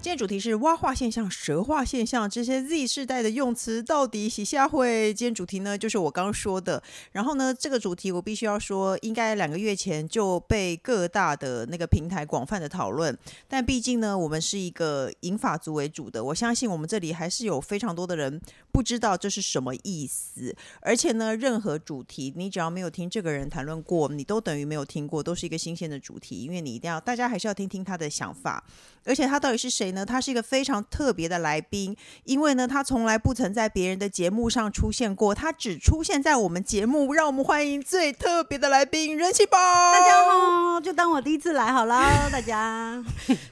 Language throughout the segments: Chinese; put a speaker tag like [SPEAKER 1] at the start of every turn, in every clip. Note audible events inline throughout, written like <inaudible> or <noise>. [SPEAKER 1] 今天主题是蛙化现象、蛇化现象，这些 Z 世代的用词到底喜下会？今天主题呢，就是我刚刚说的。然后呢，这个主题我必须要说，应该两个月前就被各大的那个平台广泛的讨论。但毕竟呢，我们是一个银法族为主的，我相信我们这里还是有非常多的人不知道这是什么意思。而且呢，任何主题你只要没有听这个人谈论过，你都等于没有听过，都是一个新鲜的主题，因为你一定要大家还是要听听他的想法。而且他到底是谁呢？他是一个非常特别的来宾，因为呢，他从来不曾在别人的节目上出现过，他只出现在我们节目。让我们欢迎最特别的来宾人气宝。
[SPEAKER 2] 大家好，哦就当我第一次来好 <laughs> 啦，大家。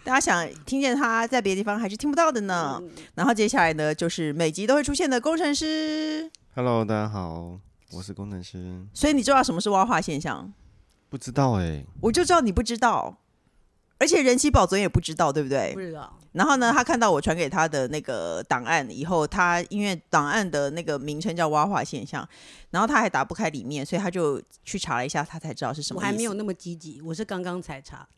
[SPEAKER 1] 大家想听见他在别的地方还是听不到的呢。
[SPEAKER 2] 嗯
[SPEAKER 1] 然后接下来呢，就是每集都会出现的工程师。
[SPEAKER 3] Hello，大家好，我是工程师。
[SPEAKER 1] 所以你知道什么是蛙化现象？
[SPEAKER 3] 不知道哎、
[SPEAKER 1] 我就知道你不知道，而且人气宝昨天也不知道，对不对
[SPEAKER 2] 不？知道，
[SPEAKER 1] 然后呢，他看到我传给他的那个档案以后，他因为档案的那个名称叫蛙化现象，然后他还打不开里面，所以他就去查了一下，他才知道是什么
[SPEAKER 2] 我
[SPEAKER 1] 意思。
[SPEAKER 2] 还没有那么积极，我是刚刚才 <laughs> 查。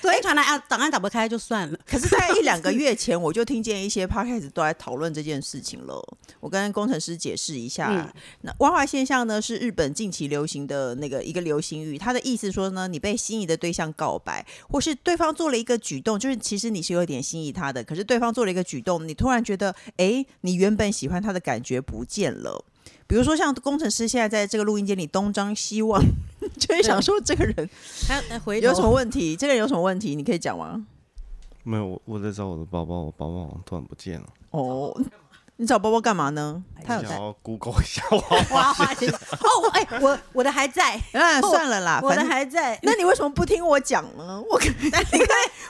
[SPEAKER 2] 昨天传来啊，档案打不开就算了。
[SPEAKER 1] 可是，在一两个月前，我就听见一些 podcast 都在讨论这件事情了。我跟工程师解释一下，
[SPEAKER 2] 嗯
[SPEAKER 1] 那蛙化现象呢是日本近期流行的那个一个流行语，它的意思说呢，你被心仪的对象告白，或是对方做了一个举动，就是其实你是有点心仪他的，可是对方做了一个举动，你突然觉得，诶，你原本喜欢他的感觉不见了。比如说，像工程师现在在这个录音间里东张西望， <laughs> 就会想说这个人
[SPEAKER 2] 还有哎回头
[SPEAKER 1] 有什么问题？这个人有什么问题？你可以讲吗？
[SPEAKER 3] 没有，我我在找我的包包，我包包好像突然不见了，
[SPEAKER 1] 哦，你找包包干嘛呢？
[SPEAKER 2] 哎
[SPEAKER 1] 他有
[SPEAKER 3] 我
[SPEAKER 1] 在
[SPEAKER 3] 想。要 Google 一下我。
[SPEAKER 2] 花花先生？ <laughs> 哦，我哎、我我的还在，
[SPEAKER 1] 啊，
[SPEAKER 2] 哦
[SPEAKER 1] 算了啦，
[SPEAKER 2] 我
[SPEAKER 1] 反
[SPEAKER 2] 的
[SPEAKER 1] 正。
[SPEAKER 2] 还在，
[SPEAKER 1] 那你为什么不听我讲呢？我你看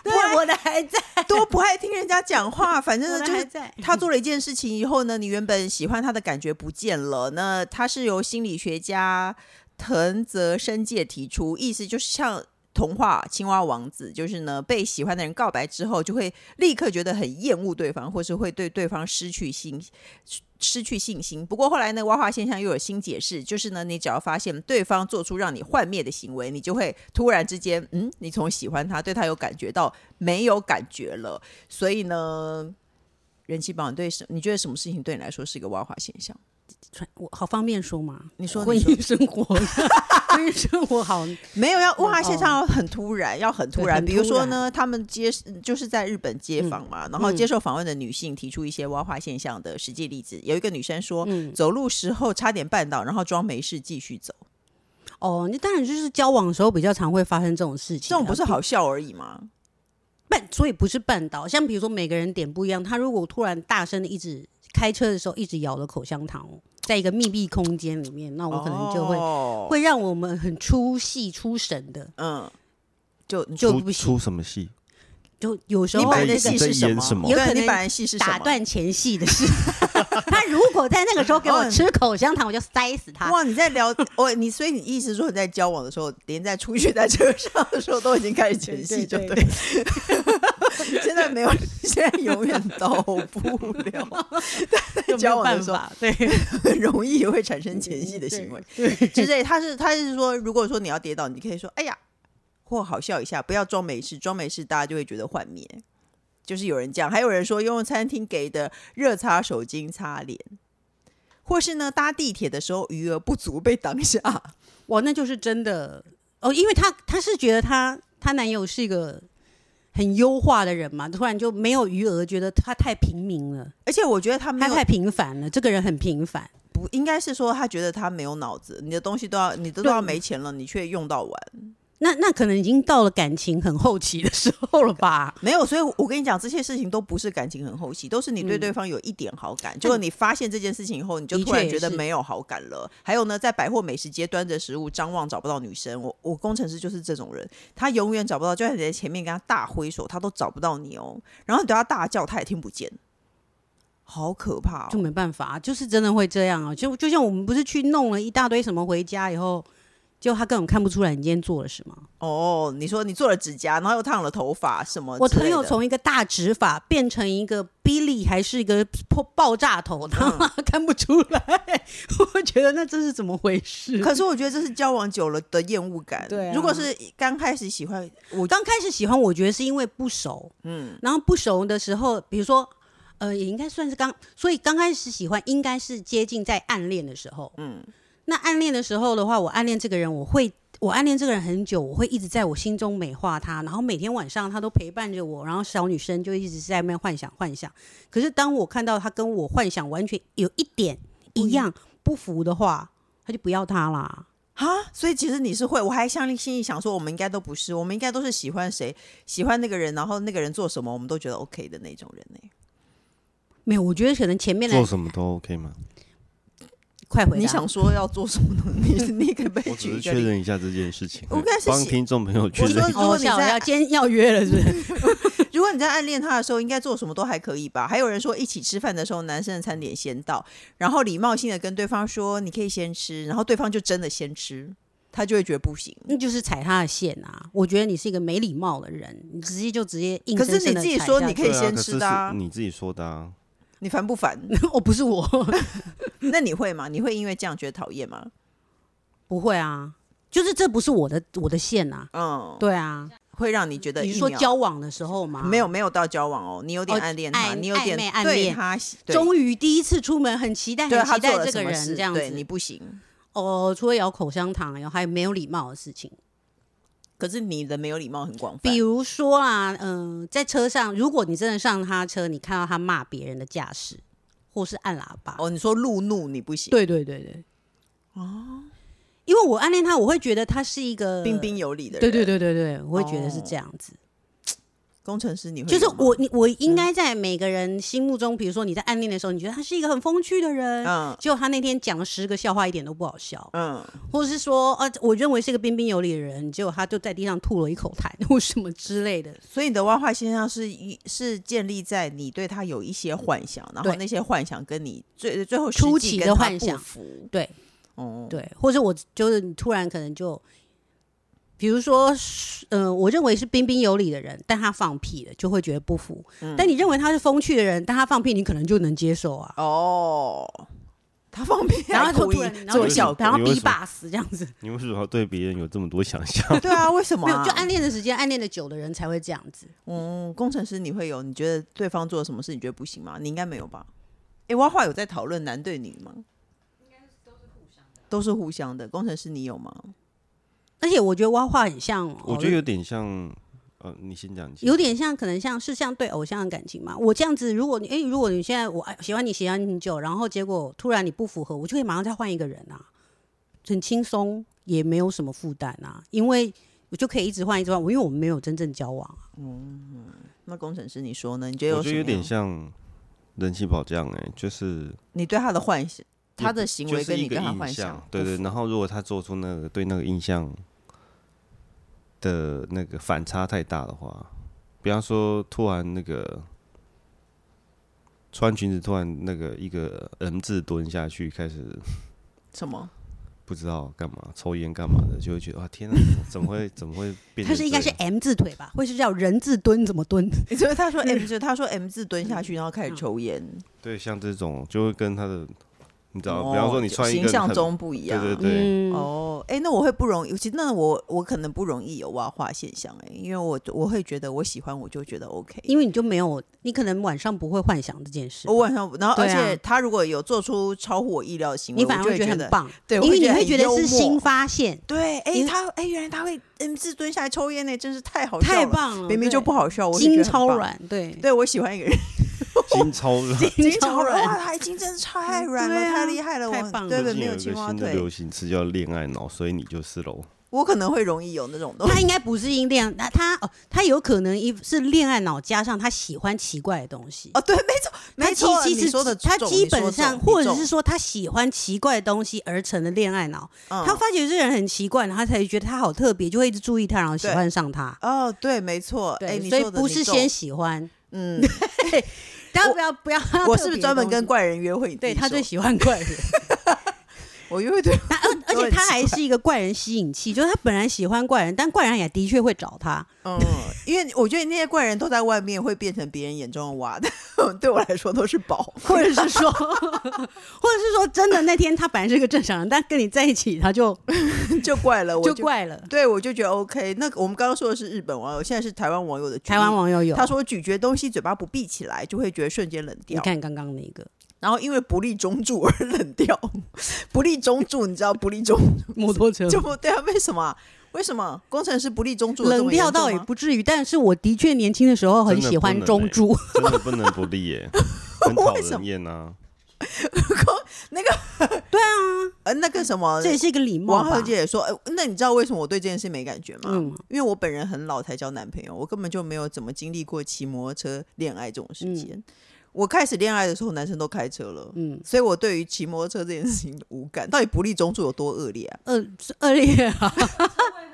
[SPEAKER 2] 对，啊我的还在，
[SPEAKER 1] 多不爱听人家讲话，反
[SPEAKER 2] 我
[SPEAKER 1] 正
[SPEAKER 2] 的
[SPEAKER 1] 就
[SPEAKER 2] 还
[SPEAKER 1] 是。
[SPEAKER 2] 在。
[SPEAKER 1] 他做了一件事情以后呢，你原本喜欢他的感觉不见了。那他是由心理学家藤泽伸介提出，意思就是像童话《青蛙王子》，就是呢被喜欢的人告白之后，就会立刻觉得很厌恶对方，或是会对对方失去信失去信心。不过后来呢，蛙化现象又有新解释，就是呢，你只要发现对方做出让你幻灭的行为，你就会突然之间，嗯，你从喜欢他、对他有感觉到没有感觉了。所以呢，人气榜对什，你觉得什么事情对你来说是一个蛙化现象？
[SPEAKER 2] 传我好方便说嘛？
[SPEAKER 1] 你说
[SPEAKER 2] 婚
[SPEAKER 1] 你说
[SPEAKER 2] 姻生 <laughs> 活，婚姻生活好，
[SPEAKER 1] 没有要蛙化现象要很突然，要很突
[SPEAKER 2] 嗯哦对
[SPEAKER 1] 然。
[SPEAKER 2] 很
[SPEAKER 1] 比如
[SPEAKER 2] 突
[SPEAKER 1] 说
[SPEAKER 2] 然
[SPEAKER 1] 呢，他们接嗯就是在日本街访嘛，然后
[SPEAKER 2] 嗯
[SPEAKER 1] 接受访问的女性提出一些蛙化现象的实际例子。有一个女生说，
[SPEAKER 2] 嗯，
[SPEAKER 1] 走路时候差点绊倒，然后装没事继续走，
[SPEAKER 2] 哦，你当然就是交往的时候比较常会发生这种事情啊，
[SPEAKER 1] 这种不是好笑而已吗？
[SPEAKER 2] 绊，所以不是绊倒。像比如说每个人点不一样，他如果突然大声的一直开车的时候一直咬了口香糖，在一个密闭空间里面，那我可能就会、
[SPEAKER 1] 哦、
[SPEAKER 2] 会让我们很出戏出神的，
[SPEAKER 1] 嗯， <laughs> 就
[SPEAKER 2] 就
[SPEAKER 3] 出
[SPEAKER 2] 不行
[SPEAKER 3] 出什么戏？
[SPEAKER 2] 就有时
[SPEAKER 1] 你
[SPEAKER 2] 候
[SPEAKER 1] 本来的
[SPEAKER 3] 你
[SPEAKER 1] 戏
[SPEAKER 3] 在
[SPEAKER 1] 是
[SPEAKER 3] 演
[SPEAKER 1] 什
[SPEAKER 3] 什
[SPEAKER 1] 么？
[SPEAKER 3] 么
[SPEAKER 1] 对
[SPEAKER 2] 有可
[SPEAKER 1] 你
[SPEAKER 2] 能
[SPEAKER 1] 本来戏是什
[SPEAKER 2] 打
[SPEAKER 1] 么？
[SPEAKER 2] 断前戏的事。 <laughs> 他如果在那个
[SPEAKER 1] <laughs>
[SPEAKER 2] 时候给我吃口香糖，我就塞死他。
[SPEAKER 1] 哦哇，你在
[SPEAKER 2] <laughs>
[SPEAKER 1] 聊我你，所以你意思说你在交往的时候，连在出去在车上的时候都已经开始前戏，就
[SPEAKER 2] 对
[SPEAKER 1] 对
[SPEAKER 2] 对
[SPEAKER 1] 了。 <laughs> 现在没有，现在永远到不
[SPEAKER 2] <laughs>
[SPEAKER 1] 了，
[SPEAKER 2] 有没
[SPEAKER 1] 交
[SPEAKER 2] 有
[SPEAKER 1] 往的
[SPEAKER 2] 办
[SPEAKER 1] 时候
[SPEAKER 2] 法？对，
[SPEAKER 1] 很容易会产生前戏的行为。
[SPEAKER 2] 对，
[SPEAKER 1] 之类，他是他是说，如果说你要跌倒，你可以说哎呀，或好笑一下，不要装没事，装没事大家就会觉得幻灭。就是有人这样，还有人说用餐厅给的热擦手巾擦脸，或是呢搭地铁的时候余额不足被挡下。
[SPEAKER 2] 哇，那就是真的哦，因为她她是觉得她她男友是一个很优化的人嘛，突然就没有余额，觉得他太平民了，
[SPEAKER 1] 而且我觉得他没
[SPEAKER 2] 他
[SPEAKER 1] 有
[SPEAKER 2] 太平凡了，这个人很平凡。
[SPEAKER 1] 不应该是说他觉得他没有脑子，你的东西都要你都
[SPEAKER 2] 对
[SPEAKER 1] 要没钱了，你却用到完。
[SPEAKER 2] 那那可能已经到了感情很后期的时候
[SPEAKER 1] <laughs>
[SPEAKER 2] 了吧？
[SPEAKER 1] 没有，所以我跟你讲，这些事情都不是感情很后期，都是你对对
[SPEAKER 2] 嗯
[SPEAKER 1] 方有一点好感，结果你发现这件事情以后，你就
[SPEAKER 2] 的
[SPEAKER 1] 突然
[SPEAKER 2] 确
[SPEAKER 1] 觉得
[SPEAKER 2] 是
[SPEAKER 1] 没有好感了。还有呢，在百货美食街端着食物张望找不到女生，我我工程师就是这种人，他永远找不到，就算你在前面跟他大挥手，他都找不到你哦。然后你对他大叫，他也听不见，好可怕、
[SPEAKER 2] 就
[SPEAKER 1] 哦！
[SPEAKER 2] 没办法，就是真的会这样啊！就就像我们不是去弄了一大堆什么回家以后，结果他根本看不出来你今天做了什么。
[SPEAKER 1] 哦，你说你做了指甲，然后又烫了头发什么之
[SPEAKER 2] 我
[SPEAKER 1] 类的？
[SPEAKER 2] 朋友从一个大直发变成一个 Billy，还是一个破爆炸头，他
[SPEAKER 1] 嗯
[SPEAKER 2] 妈 <laughs> 看不出来。我觉得那这是怎么回 <laughs> 事？
[SPEAKER 1] 可是我觉得这是交往久了的厌恶感。
[SPEAKER 2] 对啊
[SPEAKER 1] 如果是刚开始喜欢，
[SPEAKER 2] 我刚开始喜欢，我觉得是因为不熟，
[SPEAKER 1] 嗯，
[SPEAKER 2] 然后不熟的时候，比如说，呃，也应该算是刚，所以刚开始喜欢应该是接近在暗恋的时候，嗯
[SPEAKER 1] 嗯，
[SPEAKER 2] 那暗恋的时候的话，我暗恋这个人，我会。我暗恋这个人很久，我会一直在我心中美化他，然后每天晚上他都陪伴着我，然后小女生就一直在那边幻想幻想。可是当我看到他跟我幻想完全有一点一样不符的话，他就不要他啦。
[SPEAKER 1] 哈，所以其实你是会，我还相信心里想说，我们应该都不是，我们应该都是喜欢谁，喜欢那个人，然后那个人做什么，我们都觉得 OK 的那种人呢、
[SPEAKER 2] 没有，我觉得可能前面
[SPEAKER 3] 做
[SPEAKER 2] 的
[SPEAKER 3] 什么都 OK 吗？
[SPEAKER 2] 快回答，
[SPEAKER 1] 你想说要做什么呢？你
[SPEAKER 2] <laughs>
[SPEAKER 1] 你可不可以
[SPEAKER 3] 我只
[SPEAKER 1] 举一
[SPEAKER 3] 是
[SPEAKER 1] 个
[SPEAKER 3] 确
[SPEAKER 1] 例子？
[SPEAKER 3] 认一下这件事情，
[SPEAKER 1] 我刚才是
[SPEAKER 3] 帮
[SPEAKER 1] 写
[SPEAKER 3] 听众朋友确
[SPEAKER 1] 我说
[SPEAKER 3] 认。
[SPEAKER 1] 如果你
[SPEAKER 2] 哦吓我
[SPEAKER 1] 在
[SPEAKER 2] 要今天要约了，是不是？ <laughs>
[SPEAKER 1] 如果你在暗恋他的时候，应该做什么都还可以吧？还有人说，一起吃饭的时候，男生的餐点先到，然后礼貌性的跟对方说你可以先吃，然后对方就真的先吃，他就会觉得不行。
[SPEAKER 2] 那就是踩他的线啊！我觉得你是一个没礼貌的人，你直接就直接硬
[SPEAKER 1] 可
[SPEAKER 2] 生
[SPEAKER 1] 是
[SPEAKER 2] 生
[SPEAKER 1] 你
[SPEAKER 2] 地
[SPEAKER 1] 自己
[SPEAKER 2] 踩
[SPEAKER 1] 说
[SPEAKER 2] 下
[SPEAKER 1] 你
[SPEAKER 2] 去
[SPEAKER 1] 可以
[SPEAKER 3] 对啊
[SPEAKER 1] 先
[SPEAKER 3] 可
[SPEAKER 1] 吃
[SPEAKER 3] 是
[SPEAKER 1] 的啊
[SPEAKER 3] 是你自己说的啊，
[SPEAKER 1] 你烦不烦？
[SPEAKER 2] 哦，不是我，
[SPEAKER 1] 那你会吗？你会因为这样觉得讨厌吗？
[SPEAKER 2] <laughs> 不会啊，就是这不是我的我的线啊，
[SPEAKER 1] 嗯，
[SPEAKER 2] 对啊，
[SPEAKER 1] 会让你觉得
[SPEAKER 2] 你是
[SPEAKER 1] 一
[SPEAKER 2] 说
[SPEAKER 1] 秒
[SPEAKER 2] 交往的时候吗？
[SPEAKER 1] 没有，没有到交往哦，你有点
[SPEAKER 2] 哦
[SPEAKER 1] 暗恋他，
[SPEAKER 2] 暧
[SPEAKER 1] 你有点
[SPEAKER 2] 暧昧暗
[SPEAKER 1] 对
[SPEAKER 2] 恋
[SPEAKER 1] 他对
[SPEAKER 2] 终于第一次出门，很期待，
[SPEAKER 1] 对
[SPEAKER 2] 很
[SPEAKER 1] 他
[SPEAKER 2] 期
[SPEAKER 1] 做
[SPEAKER 2] 待
[SPEAKER 1] 了
[SPEAKER 2] 这
[SPEAKER 1] 什
[SPEAKER 2] 个
[SPEAKER 1] 么
[SPEAKER 2] 人
[SPEAKER 1] 事，
[SPEAKER 2] 这样
[SPEAKER 1] 对你
[SPEAKER 2] 子。
[SPEAKER 1] 不行。
[SPEAKER 2] 哦，除了咬口香糖，然后还有没有礼貌的事情，
[SPEAKER 1] 可是你的没有礼貌很广泛
[SPEAKER 2] 比，如说啊，嗯、在车上，如果你真的上他车，你看到他骂别人的驾驶，或是按喇叭，
[SPEAKER 1] 哦，你说路怒你不行，
[SPEAKER 2] 对对对对，哦，因为我暗恋他，我会觉得他是一个
[SPEAKER 1] 哦彬彬有礼的人，
[SPEAKER 2] 对对，对对对，我会觉得是
[SPEAKER 1] 哦
[SPEAKER 2] 这样子。
[SPEAKER 1] 工程师你会嗯
[SPEAKER 2] 就是
[SPEAKER 1] 有吗
[SPEAKER 2] 我，你我应该在每个人心目中，比如说你在暗恋的时候，你觉得他是一个很风趣的人，
[SPEAKER 1] 嗯
[SPEAKER 2] 结果他那天讲了十个笑话，一点都不好笑，
[SPEAKER 1] 嗯，
[SPEAKER 2] 或者是说，呃，我认为是个彬彬有礼的人，结果他就在地上吐了一口痰或什么之类的。
[SPEAKER 1] 所以你的挖坏现象是一是建立在你对他有一些幻想，然后
[SPEAKER 2] 对
[SPEAKER 1] 那些幻想跟你最最后实
[SPEAKER 2] 初
[SPEAKER 1] 际
[SPEAKER 2] 期
[SPEAKER 1] 跟
[SPEAKER 2] 的
[SPEAKER 1] 他
[SPEAKER 2] 幻
[SPEAKER 1] 不
[SPEAKER 2] 想
[SPEAKER 1] 符，
[SPEAKER 2] 对
[SPEAKER 1] 哦，
[SPEAKER 2] 对，或者我就是你突然可能就，比如说，呃，我认为是彬彬有礼的人，但他放屁了，就会觉得不服；
[SPEAKER 1] 嗯
[SPEAKER 2] 但你认为他是风趣的人，但他放屁，你可能就能接受啊。
[SPEAKER 1] 哦，他放屁还
[SPEAKER 2] <laughs> 然后
[SPEAKER 1] 故意
[SPEAKER 2] 就突然，然后
[SPEAKER 1] 做
[SPEAKER 2] 就
[SPEAKER 1] 效
[SPEAKER 3] 果
[SPEAKER 2] 然后
[SPEAKER 3] 你为
[SPEAKER 2] 逼
[SPEAKER 3] 什么
[SPEAKER 2] 爸死这样子。
[SPEAKER 3] 你为什么要对别人有这么多想象？
[SPEAKER 1] <laughs> 对啊，为什么
[SPEAKER 2] 没
[SPEAKER 1] 啊、
[SPEAKER 2] 有，就暗恋的时间，暗恋的久的人才会这样子。
[SPEAKER 1] 嗯，工程师你会有？你觉得对方做了什么事你觉得不行吗？你应该没有吧？哎、挖话有在讨论男对女吗？应该都是互相的，都是互相的。工程师你有吗？
[SPEAKER 2] 而且我觉得挖话很像，
[SPEAKER 3] 我
[SPEAKER 2] 哦
[SPEAKER 3] 觉得有点像，呃，你先讲，你先
[SPEAKER 2] 有点像，可能像是像对偶像的感情嘛。我这样子，如果你哎、如果你现在我哎喜欢你喜欢你很久，然后结果突然你不符合，我就可以马上再换一个人啊，很轻松，也没有什么负担啊，因为我就可以一直换一直换，我因为我们没有真正交往啊。
[SPEAKER 1] 那工程师你说呢？你觉得
[SPEAKER 3] 我
[SPEAKER 1] 什
[SPEAKER 3] 觉
[SPEAKER 1] 么
[SPEAKER 3] 得
[SPEAKER 1] 样？
[SPEAKER 3] 有点像人气宝酱哎，就是
[SPEAKER 1] 你对他的幻想，他的行
[SPEAKER 3] 就
[SPEAKER 1] 为
[SPEAKER 3] 是
[SPEAKER 1] 跟
[SPEAKER 3] 一
[SPEAKER 1] 你
[SPEAKER 3] 个
[SPEAKER 1] 跟他
[SPEAKER 3] 印
[SPEAKER 1] 幻
[SPEAKER 3] 象
[SPEAKER 1] 想，，哦
[SPEAKER 3] 对对。然后如果他做出那个对那个印象的那个反差太大的话，比方说突然那个穿裙子突然那个一个 M 字蹲下去，开始
[SPEAKER 1] 什
[SPEAKER 2] <laughs>
[SPEAKER 1] 么？
[SPEAKER 3] 不知道干嘛抽烟干嘛的，就会觉得啊天啊，怎么怎么会怎么会变
[SPEAKER 2] 他
[SPEAKER 3] 成这样？
[SPEAKER 2] 啊是应该是 M 字腿吧，会是叫人字蹲怎么蹲？
[SPEAKER 1] <laughs> 你觉得他说 M 字，他说 M 字蹲
[SPEAKER 2] 嗯
[SPEAKER 1] 下去，然后开始抽烟，
[SPEAKER 3] 对，像这种就会跟他的，你知道，
[SPEAKER 1] 哦
[SPEAKER 3] 啊比方说你
[SPEAKER 1] 就
[SPEAKER 3] 穿一个
[SPEAKER 1] 形象
[SPEAKER 3] 很
[SPEAKER 1] 中不一
[SPEAKER 3] 对
[SPEAKER 1] 样，
[SPEAKER 3] 对对，
[SPEAKER 2] 嗯，
[SPEAKER 1] 哦，哎、那我会不容易，其实那我我可能不容易有挖化现象、哎，因为我我会觉得我喜欢我就觉得 OK，
[SPEAKER 2] 因为你就没有，你可能晚上不会幻想这件事
[SPEAKER 1] 我。晚上，然后
[SPEAKER 2] 对
[SPEAKER 1] 而
[SPEAKER 2] 啊
[SPEAKER 1] 且他如果有做出超乎我意料的行为，
[SPEAKER 2] 你反而
[SPEAKER 1] 我就
[SPEAKER 2] 会
[SPEAKER 1] 会
[SPEAKER 2] 觉得
[SPEAKER 1] 觉
[SPEAKER 2] 很。棒，
[SPEAKER 1] 对我
[SPEAKER 2] 因为
[SPEAKER 1] 会觉
[SPEAKER 2] 你
[SPEAKER 1] 得很
[SPEAKER 2] 会觉
[SPEAKER 1] 幽
[SPEAKER 2] 得是新
[SPEAKER 1] 默
[SPEAKER 2] 发现，
[SPEAKER 1] 对，哎、
[SPEAKER 2] 因为
[SPEAKER 1] 他哎、原来他会 M 字蹲下来抽烟呢、真是太好笑
[SPEAKER 2] 太
[SPEAKER 1] 了，
[SPEAKER 2] 棒了，
[SPEAKER 1] 明明就
[SPEAKER 2] 对
[SPEAKER 1] 不好笑，我是觉
[SPEAKER 2] 筋
[SPEAKER 1] 得很
[SPEAKER 2] 超
[SPEAKER 1] 棒。
[SPEAKER 2] 软，对，
[SPEAKER 1] 对我喜欢一个人，<laughs>
[SPEAKER 3] 筋超软。
[SPEAKER 1] 筋超软，哇，他筋真是
[SPEAKER 2] <laughs>
[SPEAKER 1] 太软了，
[SPEAKER 2] 对啊
[SPEAKER 1] 太厉害了，
[SPEAKER 2] 太
[SPEAKER 1] 我
[SPEAKER 2] 棒了
[SPEAKER 1] 对
[SPEAKER 3] 最
[SPEAKER 1] 对，
[SPEAKER 3] 近
[SPEAKER 1] 没
[SPEAKER 3] 有一个
[SPEAKER 1] 青蛙
[SPEAKER 3] 新的
[SPEAKER 1] 腿
[SPEAKER 3] 流，行词叫恋爱脑，所以你就是喽。
[SPEAKER 1] 我可能会容易有那种东西。
[SPEAKER 2] <laughs> 他应该不是因恋，他他哦，他有可能一是恋爱脑加上他喜欢奇怪的东西。
[SPEAKER 1] 哦，对，没错，
[SPEAKER 2] 他
[SPEAKER 1] 没
[SPEAKER 2] 其
[SPEAKER 1] 错，
[SPEAKER 2] 其
[SPEAKER 1] 你
[SPEAKER 2] 实
[SPEAKER 1] 说的
[SPEAKER 2] 他
[SPEAKER 1] 中
[SPEAKER 2] 基本上，或者是，
[SPEAKER 1] 你
[SPEAKER 2] 说他喜欢奇怪的东西而成的恋爱脑。
[SPEAKER 1] 说的中
[SPEAKER 2] 他
[SPEAKER 1] 嗯
[SPEAKER 2] 发觉这个人很奇怪，然后他才觉得他好特别，就会一直注意他，然后喜欢上他。
[SPEAKER 1] 哦，对，没错，哎，
[SPEAKER 2] 对，
[SPEAKER 1] 你
[SPEAKER 2] 所以
[SPEAKER 1] 说的
[SPEAKER 2] 不
[SPEAKER 1] 你
[SPEAKER 2] 是
[SPEAKER 1] 中
[SPEAKER 2] 先喜欢， <laughs>
[SPEAKER 1] 嗯， <laughs>
[SPEAKER 2] 大家不要不要。
[SPEAKER 1] 我是不是专门跟怪人约会？你自
[SPEAKER 2] 对
[SPEAKER 1] 己 <laughs>
[SPEAKER 2] 他
[SPEAKER 1] 说
[SPEAKER 2] 最喜欢怪人？
[SPEAKER 1] 我约会对
[SPEAKER 2] 那而而
[SPEAKER 1] 都
[SPEAKER 2] 且
[SPEAKER 1] 很
[SPEAKER 2] 他
[SPEAKER 1] 奇
[SPEAKER 2] 还
[SPEAKER 1] 怪
[SPEAKER 2] 是一个怪人吸引器，就是他本来喜欢怪人，但怪人也的确会找他。 <laughs>
[SPEAKER 1] 嗯，因为我觉得那些怪人都在外面，会变成别人眼中的蛙的， <laughs> 对我来说都是宝。
[SPEAKER 2] <laughs> 或者是说，或者是说，真的那天他本来是个正常人，但跟你在一起他 <laughs> 就
[SPEAKER 1] 就怪了，我
[SPEAKER 2] 就。怪了。
[SPEAKER 1] 对，我就觉得 OK。那个我们刚刚说的是日本网友，现在是台湾网友的举例
[SPEAKER 2] 台湾网友有
[SPEAKER 1] 他，说咀嚼东西嘴巴不闭起来，就会觉得瞬间冷
[SPEAKER 2] 你
[SPEAKER 1] 掉，
[SPEAKER 2] 看刚刚那个
[SPEAKER 1] 然后因为不利中柱而冷掉， <laughs> 不利中柱，你知道不利中
[SPEAKER 2] 摩托车
[SPEAKER 1] 就不对啊？为什么啊？为什么工程师不利中柱有这
[SPEAKER 2] 冷
[SPEAKER 1] 么
[SPEAKER 2] 掉
[SPEAKER 1] 严重
[SPEAKER 2] 倒也
[SPEAKER 1] 吗
[SPEAKER 2] 不至于，但是我的确年轻的时候很
[SPEAKER 3] 真的
[SPEAKER 2] 喜
[SPEAKER 3] 不
[SPEAKER 2] 欢
[SPEAKER 3] 能
[SPEAKER 2] 中
[SPEAKER 3] 欸
[SPEAKER 2] 柱，
[SPEAKER 3] 真的不能不
[SPEAKER 1] <laughs>
[SPEAKER 3] 立耶，很讨
[SPEAKER 1] 为什
[SPEAKER 3] 人
[SPEAKER 1] 么
[SPEAKER 3] 厌啊。
[SPEAKER 1] 呃那个什么
[SPEAKER 2] 这。也是一个礼貌
[SPEAKER 1] 王
[SPEAKER 2] 吧
[SPEAKER 1] 小？姐也说：“哎、那你知道为什么我对这件事没感觉吗？
[SPEAKER 2] 嗯
[SPEAKER 1] 因为我本人很老才交男朋友，我根本就没有怎么经历过骑摩托车恋爱这种时间。我开始恋爱的时候，男生都开车了，
[SPEAKER 2] 嗯，
[SPEAKER 1] 所以我对于骑摩托车这件事情无感。到底不利中柱有多恶劣啊？
[SPEAKER 2] 恶是恶劣啊，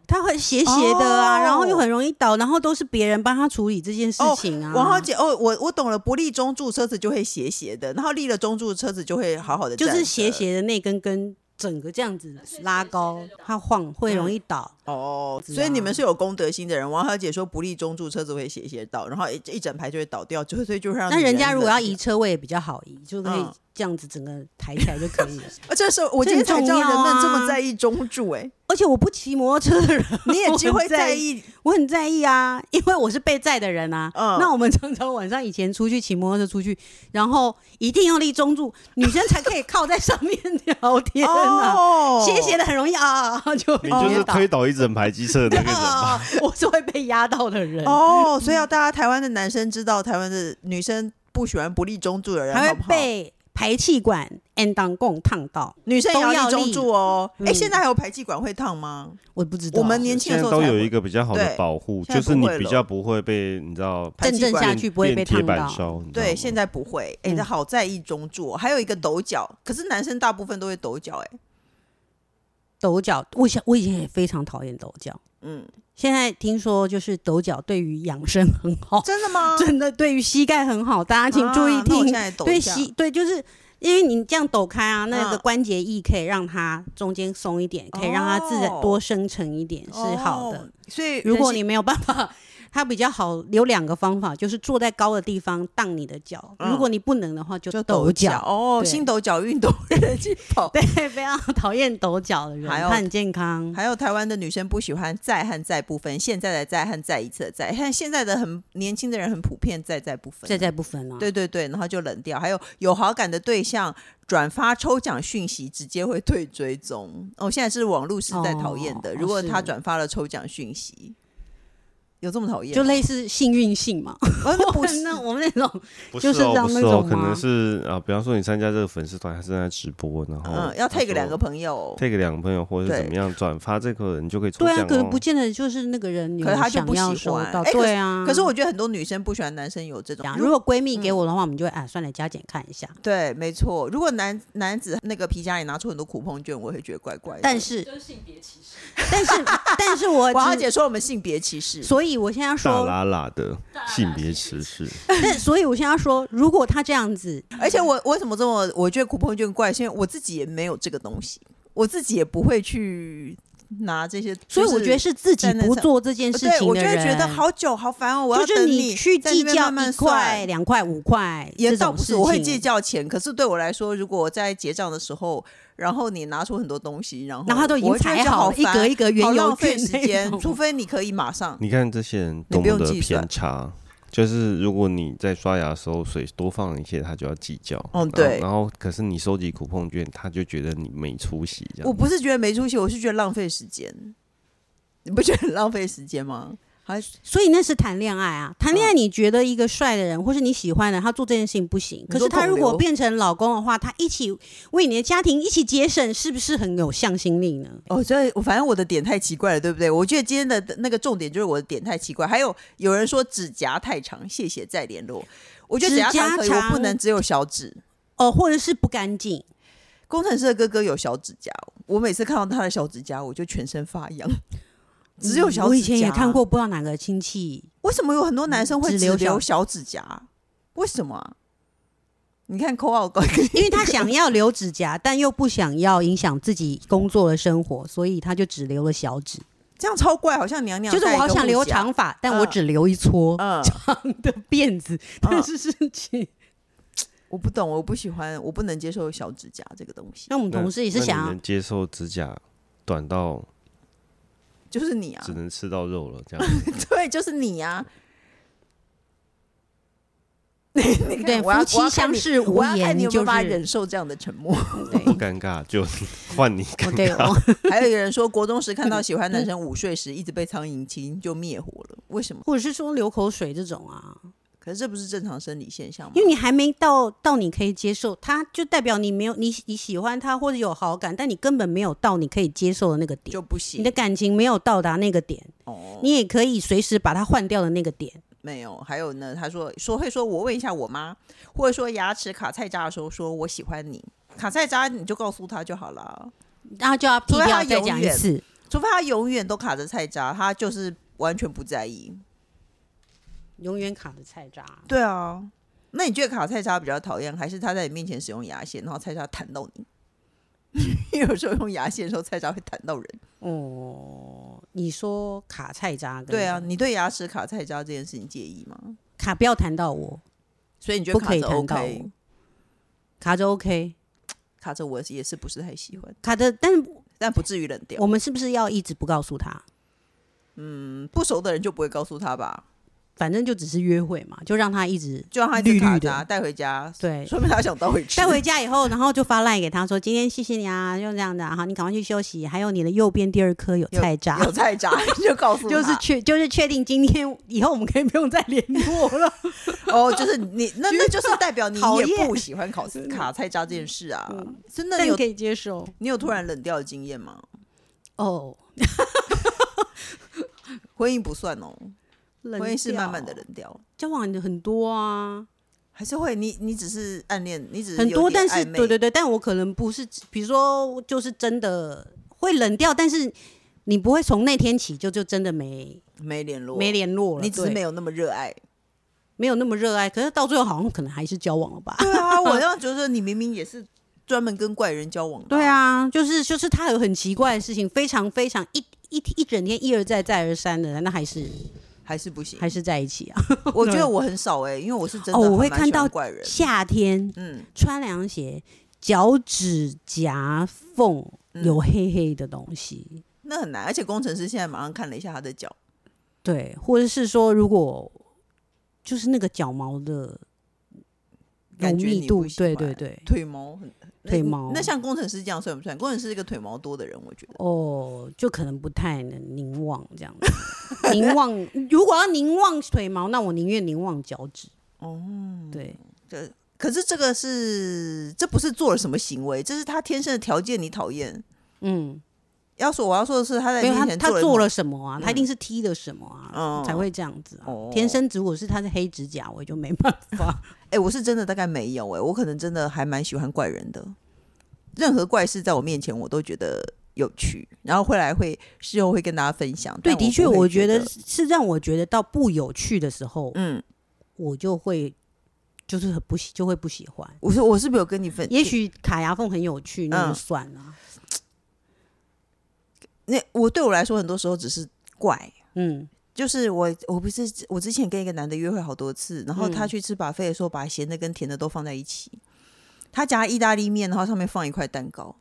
[SPEAKER 2] 他会斜斜的啊，
[SPEAKER 1] 哦
[SPEAKER 2] 然后又很容易倒，然后都是别人帮他处理这件事
[SPEAKER 1] 哦
[SPEAKER 2] 情啊。
[SPEAKER 1] 王浩姐，哦，我我懂了，不立中柱车子就会斜斜的，然后立了中柱车子就会好好的，
[SPEAKER 2] 就是斜斜的那根根，整个这样子拉高，它晃会容易倒。
[SPEAKER 1] 哦。
[SPEAKER 2] 子啊
[SPEAKER 1] 所以你们是有公德心的人。王小姐说不立中柱车子会斜斜倒，然后一一整排就会倒掉，就所以就让
[SPEAKER 2] 那人
[SPEAKER 1] 人
[SPEAKER 2] 家如果要
[SPEAKER 1] 移。
[SPEAKER 2] 移车位也比较好移，就可以
[SPEAKER 1] 嗯
[SPEAKER 2] 这样子整个抬起来就可以了。
[SPEAKER 1] 啊，这时候我今天才知道
[SPEAKER 2] 啊
[SPEAKER 1] 人们这么在意中柱、
[SPEAKER 2] <laughs>
[SPEAKER 1] 哎、
[SPEAKER 2] 而且我不骑摩托车的人，
[SPEAKER 1] 你也只会在
[SPEAKER 2] 意，
[SPEAKER 1] 意
[SPEAKER 2] 我很在意啊，因为我是被载的人啊。
[SPEAKER 1] 嗯
[SPEAKER 2] 那我们常常晚上以前出去骑摩托车出去，然后一定要立中柱，女生才可以靠在上面聊天啊。
[SPEAKER 1] 哦
[SPEAKER 2] 斜斜的很容易啊，就
[SPEAKER 3] 你
[SPEAKER 2] 会
[SPEAKER 3] 就是
[SPEAKER 2] 跌倒
[SPEAKER 3] 推倒一整排机车的那个人吧？ <laughs>
[SPEAKER 2] 啊，我是会被压到的人，
[SPEAKER 1] 哦，所以要大家台湾的男生知道，台湾的女生不喜欢不立中柱的人，
[SPEAKER 2] 还
[SPEAKER 1] 好
[SPEAKER 2] 会
[SPEAKER 1] 不好？
[SPEAKER 2] 被排气管 and 当共烫到。
[SPEAKER 1] 女生也要立中柱哦。
[SPEAKER 2] 都
[SPEAKER 1] 哎、
[SPEAKER 2] 要立嗯
[SPEAKER 1] 现在还有排气管会烫吗？
[SPEAKER 2] 我不知道，
[SPEAKER 1] 我们年轻
[SPEAKER 3] 现
[SPEAKER 1] 的
[SPEAKER 3] 在
[SPEAKER 1] 时候
[SPEAKER 3] 都
[SPEAKER 1] 才
[SPEAKER 3] 有
[SPEAKER 1] 会
[SPEAKER 3] 一个比较好
[SPEAKER 1] 对
[SPEAKER 3] 的保护，
[SPEAKER 1] 现在
[SPEAKER 3] 就是
[SPEAKER 1] 不
[SPEAKER 3] 你
[SPEAKER 1] 会
[SPEAKER 3] 比
[SPEAKER 1] 了
[SPEAKER 3] 较不会被你知道
[SPEAKER 1] 排
[SPEAKER 2] 正
[SPEAKER 1] 气
[SPEAKER 2] 正
[SPEAKER 1] 管
[SPEAKER 2] 下
[SPEAKER 3] 电
[SPEAKER 2] 去不会被
[SPEAKER 3] 电铁
[SPEAKER 2] 烫
[SPEAKER 3] 板
[SPEAKER 2] 到。
[SPEAKER 3] 烧，你知道
[SPEAKER 1] 对，
[SPEAKER 3] 吗
[SPEAKER 1] 现在不会。哎、
[SPEAKER 2] 嗯
[SPEAKER 1] 这好在意中柱、哦，还有一个抖脚，可是男生大部分都会抖脚、哎，
[SPEAKER 2] 抖脚，我想我以前也非常讨厌抖脚，
[SPEAKER 1] 嗯，
[SPEAKER 2] 现在听说就是抖脚对于养生很好，
[SPEAKER 1] 真的吗？
[SPEAKER 2] 真的对于膝盖很好，大家请注意
[SPEAKER 1] 啊那我
[SPEAKER 2] 听。
[SPEAKER 1] 现在抖
[SPEAKER 2] 对
[SPEAKER 1] 一下
[SPEAKER 2] 膝对，就是因为你这样抖开啊，那个
[SPEAKER 1] 嗯
[SPEAKER 2] 关节液可以让它中间松一点，可以让它自然
[SPEAKER 1] 哦
[SPEAKER 2] 多生成一点，是好的
[SPEAKER 1] 哦。所以
[SPEAKER 2] 如果
[SPEAKER 1] 人
[SPEAKER 2] 你
[SPEAKER 1] 性
[SPEAKER 2] 没有办法，它比较好有两个方法，就是坐在高的地方荡你的脚，
[SPEAKER 1] 嗯
[SPEAKER 2] 如果你不能的话就
[SPEAKER 1] 就
[SPEAKER 2] 抖
[SPEAKER 1] 脚
[SPEAKER 2] 脚。
[SPEAKER 1] 哦，
[SPEAKER 2] 对
[SPEAKER 1] 新抖脚运动人气跑。
[SPEAKER 2] <laughs> 对，非常讨厌抖脚的人，
[SPEAKER 1] 还有
[SPEAKER 2] 他很健康。
[SPEAKER 1] 还有台湾的女生不喜欢再和再不分，现在的再和再一次的再，看现在的很年轻的人很普遍再再不分，
[SPEAKER 2] 在在不分啊，
[SPEAKER 1] 对对对，然后就冷掉。还有有好感的对象转发抽奖讯息，直接会退追踪。哦，现在是网络时代
[SPEAKER 2] 哦
[SPEAKER 1] 讨厌的，
[SPEAKER 2] 哦
[SPEAKER 1] 如果他
[SPEAKER 2] 是
[SPEAKER 1] 转发了抽奖讯息，有这么讨厌
[SPEAKER 2] 就
[SPEAKER 1] 吗？
[SPEAKER 2] 类似幸运性嘛。
[SPEAKER 1] 哦 <laughs> 那不是
[SPEAKER 2] 那 <laughs> 我们那种
[SPEAKER 3] 不
[SPEAKER 2] 就是
[SPEAKER 3] 哦，
[SPEAKER 2] 让
[SPEAKER 3] 不是
[SPEAKER 2] 那
[SPEAKER 3] 哦，
[SPEAKER 2] 种
[SPEAKER 3] 可
[SPEAKER 2] 吗
[SPEAKER 3] 能是啊，比方说你参加这个粉丝团，他正在直播，然后
[SPEAKER 1] 嗯，要
[SPEAKER 3] 他
[SPEAKER 1] take 两个
[SPEAKER 3] 说
[SPEAKER 1] 朋友，
[SPEAKER 3] take 两个朋友，或者是怎
[SPEAKER 1] 对
[SPEAKER 3] 么样转发这个人就可以抽
[SPEAKER 2] <laughs> 对
[SPEAKER 3] 奖
[SPEAKER 2] 啊，可是
[SPEAKER 3] 哦
[SPEAKER 2] 不见得就是那个人有
[SPEAKER 1] 可是他就
[SPEAKER 2] 想
[SPEAKER 1] 不
[SPEAKER 2] 要
[SPEAKER 1] 喜
[SPEAKER 2] 收
[SPEAKER 1] 欢
[SPEAKER 2] 到，
[SPEAKER 1] 哎可是
[SPEAKER 2] 对啊。
[SPEAKER 1] 可是我觉得很多女生不喜欢男生有这种。
[SPEAKER 2] 讲，
[SPEAKER 1] 如
[SPEAKER 2] 如果闺蜜给我的话，我们就会哎，算了，加减看一下。
[SPEAKER 1] 对，没错。如果男男子那个皮夹里拿出很多苦碰券，我也会觉得怪怪的。
[SPEAKER 2] 但是就是性别歧视，
[SPEAKER 1] <laughs>
[SPEAKER 2] 但是但呃是我
[SPEAKER 1] 王小
[SPEAKER 2] 只
[SPEAKER 1] 姐说我们性别歧视，
[SPEAKER 2] 所以我现在要
[SPEAKER 3] 大
[SPEAKER 2] 说，
[SPEAKER 3] 拉拉的性别歧视，
[SPEAKER 2] 但所以我现在要说，如果他这样子，
[SPEAKER 1] 而且我我为什么这么我觉得苦碰券怪，是因为我自己也没有这个东西，我自己也不会去拿这些，
[SPEAKER 2] 所以我觉得
[SPEAKER 1] 是
[SPEAKER 2] 是自己
[SPEAKER 1] 在那
[SPEAKER 2] 不
[SPEAKER 1] 上
[SPEAKER 2] 做这件事
[SPEAKER 1] 对，
[SPEAKER 2] 情
[SPEAKER 1] 我
[SPEAKER 2] 的
[SPEAKER 1] 就会
[SPEAKER 2] 人，
[SPEAKER 1] 觉得好久好烦哦，我要
[SPEAKER 2] 就是
[SPEAKER 1] 等
[SPEAKER 2] 你去
[SPEAKER 1] 在那
[SPEAKER 2] 计
[SPEAKER 1] 边
[SPEAKER 2] 较
[SPEAKER 1] 慢慢
[SPEAKER 2] 一块、
[SPEAKER 1] 算。
[SPEAKER 2] 两块、五块
[SPEAKER 1] 也
[SPEAKER 2] 这
[SPEAKER 1] 倒
[SPEAKER 2] 种
[SPEAKER 1] 不
[SPEAKER 2] 事
[SPEAKER 1] 是，
[SPEAKER 2] 情，
[SPEAKER 1] 我会计较钱，可是对我来说，如果我在结账的时候，然后你拿出很多东西，然后
[SPEAKER 2] 然后他都已经
[SPEAKER 1] 我会觉得
[SPEAKER 2] 排好
[SPEAKER 1] 好
[SPEAKER 2] 一格一格原
[SPEAKER 1] 好
[SPEAKER 2] 油
[SPEAKER 1] 浪费
[SPEAKER 2] 券
[SPEAKER 1] 时
[SPEAKER 2] 那
[SPEAKER 1] 间，
[SPEAKER 2] 种
[SPEAKER 1] 除非你可以马上
[SPEAKER 3] 你看这些人
[SPEAKER 1] 你
[SPEAKER 3] 多
[SPEAKER 1] 不用
[SPEAKER 3] 么
[SPEAKER 1] 计
[SPEAKER 3] 的
[SPEAKER 1] 算
[SPEAKER 3] 偏差。就是如果你在刷牙的时候水多放一些，他就要计较。
[SPEAKER 1] 嗯
[SPEAKER 3] 然后
[SPEAKER 1] 对
[SPEAKER 3] 然后可是你收集苦碰券，他就觉得你没出息
[SPEAKER 2] 嗯
[SPEAKER 3] 这样。
[SPEAKER 1] 我不是觉得没出息，我是觉得浪费时间。你不觉得很浪费时间吗？还
[SPEAKER 2] 所以那是谈恋爱
[SPEAKER 1] 嗯
[SPEAKER 2] 啊，谈恋爱你觉得一个帅的人、或是你喜欢的人，他做这件事情不行，可
[SPEAKER 1] 说
[SPEAKER 2] 是他
[SPEAKER 1] 孔
[SPEAKER 2] 如果
[SPEAKER 1] 刘
[SPEAKER 2] 变成老公的话，他一起为你的家庭一起节省，是不是很有向心力呢？
[SPEAKER 1] 哦，所以我反正我的点太奇怪了，对不对？我觉得今天的那个重点就是我的点太奇怪。还有有人说指甲太长，谢谢再联络。我觉得指甲长可以，
[SPEAKER 2] 指甲
[SPEAKER 1] 我
[SPEAKER 2] 长
[SPEAKER 1] 不能只有小指。
[SPEAKER 2] 哦，或者是不干净，
[SPEAKER 1] 工程师的哥哥有小指甲，我每次看到他的小指甲，我就全身发痒。只有
[SPEAKER 2] 嗯
[SPEAKER 1] 小指甲，
[SPEAKER 2] 我以前也看，过，不知道哪个亲戚
[SPEAKER 1] 为什么有很多男生会
[SPEAKER 2] 只
[SPEAKER 1] 只
[SPEAKER 2] 留
[SPEAKER 1] 留
[SPEAKER 2] 小
[SPEAKER 1] 小指甲？为什么啊？你看口耳关，
[SPEAKER 2] 因为他想要留指甲，但又不想要影响自己工作的生活，所以他就只留了小指。
[SPEAKER 1] <laughs> 这样超怪，好像娘娘
[SPEAKER 2] 就是我好想留
[SPEAKER 1] 长，
[SPEAKER 2] 长发，但我只留一撮
[SPEAKER 1] 嗯，
[SPEAKER 2] 的辫子，但是是去。
[SPEAKER 1] 我不懂，我不喜欢，我不能接受小指甲这个东西，
[SPEAKER 2] 那我们
[SPEAKER 3] 那
[SPEAKER 2] 同事也是
[SPEAKER 3] 那你
[SPEAKER 2] 想要
[SPEAKER 3] 能接受指甲短到
[SPEAKER 1] 啊就是你啊
[SPEAKER 3] 只，能吃到肉了这
[SPEAKER 1] <laughs>
[SPEAKER 3] 样子，
[SPEAKER 1] 对，就是你啊。你看
[SPEAKER 2] <laughs> 对
[SPEAKER 1] 我要
[SPEAKER 2] 夫妻
[SPEAKER 1] 我要看
[SPEAKER 2] 相
[SPEAKER 1] 你
[SPEAKER 2] 视无
[SPEAKER 1] 我要看
[SPEAKER 2] 言
[SPEAKER 1] 你有没有办法
[SPEAKER 2] 就是
[SPEAKER 1] 忍受这样的沉默。
[SPEAKER 3] 不尴尬就换你尴
[SPEAKER 2] 哦， <laughs> 对，
[SPEAKER 3] 尬。
[SPEAKER 1] <laughs>
[SPEAKER 2] 我
[SPEAKER 1] 还有一个人说，国中时
[SPEAKER 2] <laughs> 嗯
[SPEAKER 1] 看到喜欢男生午睡时一直被苍蝇亲，就灭火了。为什么？
[SPEAKER 2] 或者是说流口水这种啊，
[SPEAKER 1] 可是这不是正常生理现象吗？
[SPEAKER 2] 因为你还没到到你可以接受他，就代表你没有你你喜欢他或者有好感，但你根本没有到你可以接受的那个点
[SPEAKER 1] 就，不
[SPEAKER 2] 你
[SPEAKER 1] 行
[SPEAKER 2] 的感情没有到达那个点，
[SPEAKER 1] 哦。
[SPEAKER 2] 你也可以随时把它换掉的那个点。
[SPEAKER 1] 没有，还有呢，他说说会说我问一下我妈，或者说牙齿卡菜渣的时候说我喜欢你，卡菜渣你就告诉他就好了，
[SPEAKER 2] 然后就要
[SPEAKER 1] 除
[SPEAKER 2] 剃
[SPEAKER 1] 非
[SPEAKER 2] 掉，
[SPEAKER 1] 他
[SPEAKER 2] 再
[SPEAKER 1] 永
[SPEAKER 2] 讲一
[SPEAKER 1] 远
[SPEAKER 2] 次。
[SPEAKER 1] 除非他永远都卡着菜渣，他就是完全不在意。
[SPEAKER 2] 永远卡的菜渣，
[SPEAKER 1] 对啊，那你觉得卡菜渣比较讨厌，还是他在你面前使用牙线，然后菜渣弹到你？ <laughs> 因为有时候用牙线的时候，菜渣会弹到人。
[SPEAKER 2] 哦，你说卡菜渣跟
[SPEAKER 1] 对啊，你对牙齿卡菜渣这件事情介意吗？
[SPEAKER 2] 卡不要谈到我，
[SPEAKER 1] 所以你觉得
[SPEAKER 2] 不
[SPEAKER 1] 卡
[SPEAKER 2] 可以
[SPEAKER 1] 着
[SPEAKER 2] 谈到
[SPEAKER 1] OK，
[SPEAKER 2] 我卡着 OK，
[SPEAKER 1] 卡着我也是不是太喜欢，
[SPEAKER 2] 卡着，但是
[SPEAKER 1] 但不至于冷掉
[SPEAKER 2] 我。们是不是要一直不告诉他？
[SPEAKER 1] 嗯不熟的人就不会告诉他吧，
[SPEAKER 2] 反正就只是约会嘛，就让他一直
[SPEAKER 1] 就让他一
[SPEAKER 2] 绿
[SPEAKER 1] 直卡
[SPEAKER 2] 绿
[SPEAKER 1] 着啊
[SPEAKER 2] 的，
[SPEAKER 1] 带回家，
[SPEAKER 2] 对。
[SPEAKER 1] 说明他想到回去。
[SPEAKER 2] 带回家以后，然后就发赖给他说：“今天谢谢你啊，就这样的啊，好，你赶快去休息。还有你的右边第二颗有菜渣，
[SPEAKER 1] 有菜渣就告诉他，
[SPEAKER 2] 就是确就是确定今天以后我们可以不用再联络了。
[SPEAKER 1] 哦，就是你那那就是代表你
[SPEAKER 2] 讨
[SPEAKER 1] 也
[SPEAKER 2] 厌嗯
[SPEAKER 1] 不喜欢
[SPEAKER 2] <laughs>
[SPEAKER 1] 考卡菜渣这件事啊。真的
[SPEAKER 2] 但
[SPEAKER 1] 你
[SPEAKER 2] 你
[SPEAKER 1] 有
[SPEAKER 2] 可以接受
[SPEAKER 1] 你有突然冷掉的经验吗？
[SPEAKER 2] 哦，
[SPEAKER 1] 婚姻不算哦，
[SPEAKER 2] 冷
[SPEAKER 1] 婚姻是慢慢的
[SPEAKER 2] 掉
[SPEAKER 1] 冷掉，
[SPEAKER 2] 交往很多啊，
[SPEAKER 1] 还是会你你只是暗恋，你只是
[SPEAKER 2] 很
[SPEAKER 1] 有
[SPEAKER 2] 多，
[SPEAKER 1] 点
[SPEAKER 2] 但是
[SPEAKER 1] 暧昧
[SPEAKER 2] 对对对，但我可能不是，比如说就是真的会冷掉，但是你不会从那天起就就真的没
[SPEAKER 1] 没联络，
[SPEAKER 2] 没联络了，
[SPEAKER 1] 你只是
[SPEAKER 2] 对
[SPEAKER 1] 没有那么热爱。
[SPEAKER 2] 没有那么热爱，可是到最后好像可能还是交往了吧。
[SPEAKER 1] 对 <laughs> 啊，我要觉得你明明也是专门跟怪人交往的、
[SPEAKER 2] 对，啊，就是就是他有很奇怪的事情，非常非常一一一整天一而再再而三的，那还是
[SPEAKER 1] 还是不行。
[SPEAKER 2] 还是在一起啊。
[SPEAKER 1] 我觉得我很少哎、因为我是真的
[SPEAKER 2] 哦我会
[SPEAKER 1] 还蛮
[SPEAKER 2] 看
[SPEAKER 1] 喜欢
[SPEAKER 2] 到
[SPEAKER 1] 怪人，
[SPEAKER 2] <laughs> 夏天
[SPEAKER 1] 嗯，
[SPEAKER 2] 穿凉鞋，脚趾甲缝
[SPEAKER 1] 嗯
[SPEAKER 2] 有黑黑的东西，
[SPEAKER 1] 那很难。而且工程师现在马上看了一下他的脚，
[SPEAKER 2] 对，或者是说如果就是那个脚毛的柔
[SPEAKER 1] 感觉
[SPEAKER 2] 密
[SPEAKER 1] 你
[SPEAKER 2] 度
[SPEAKER 1] 不，喜
[SPEAKER 2] 对
[SPEAKER 1] 欢
[SPEAKER 2] 对对，
[SPEAKER 1] 腿毛很那
[SPEAKER 2] 腿毛啊
[SPEAKER 1] 那像工程师这样算不算？工程师是一个腿毛多的人，我觉得。
[SPEAKER 2] 哦，就可能不太能凝望这样子。 <laughs> 凝望，如果要凝望腿毛，那我宁愿凝望脚趾。
[SPEAKER 1] 哦，
[SPEAKER 2] 对，
[SPEAKER 1] 可是这个是这不是做了什么行为，这是他天生的条件，你讨厌。
[SPEAKER 2] 嗯，
[SPEAKER 1] 要说我要说的是他在你
[SPEAKER 2] 没有
[SPEAKER 1] 面
[SPEAKER 2] 他
[SPEAKER 1] 前
[SPEAKER 2] 他
[SPEAKER 1] 了嗯
[SPEAKER 2] 做
[SPEAKER 1] 什
[SPEAKER 2] 了
[SPEAKER 1] 么
[SPEAKER 2] 什么啊？他一定是踢了什么啊，
[SPEAKER 1] 嗯
[SPEAKER 2] 才会这样子啊。
[SPEAKER 1] 哦
[SPEAKER 2] 天生如果是他是黑指甲，我就没办法。
[SPEAKER 1] <laughs> 哎、我是真的大概没有哎、我可能真的还蛮喜欢怪人的，任何怪事在我面前我都觉得有趣，然后回来会事后会跟大家分享。
[SPEAKER 2] 对，
[SPEAKER 1] 但
[SPEAKER 2] 的确，
[SPEAKER 1] 不会
[SPEAKER 2] 我
[SPEAKER 1] 觉
[SPEAKER 2] 觉得是是让我觉得到不有趣的时候，
[SPEAKER 1] 嗯，
[SPEAKER 2] 我就会就是很不喜，就会不喜欢。
[SPEAKER 1] 我说我是不是有跟你分？
[SPEAKER 2] 也许卡牙缝很有趣，那
[SPEAKER 1] 呃嗯
[SPEAKER 2] 就算了。
[SPEAKER 1] 那我对我来说，很多时候只是怪。
[SPEAKER 2] 嗯，
[SPEAKER 1] 就是我，我不是我之前跟一个男的约会好多次，然后他
[SPEAKER 2] 嗯
[SPEAKER 1] 去吃把费的时候，把咸的跟甜的都放在一起。他夹意大利面，然后上面放一块蛋糕，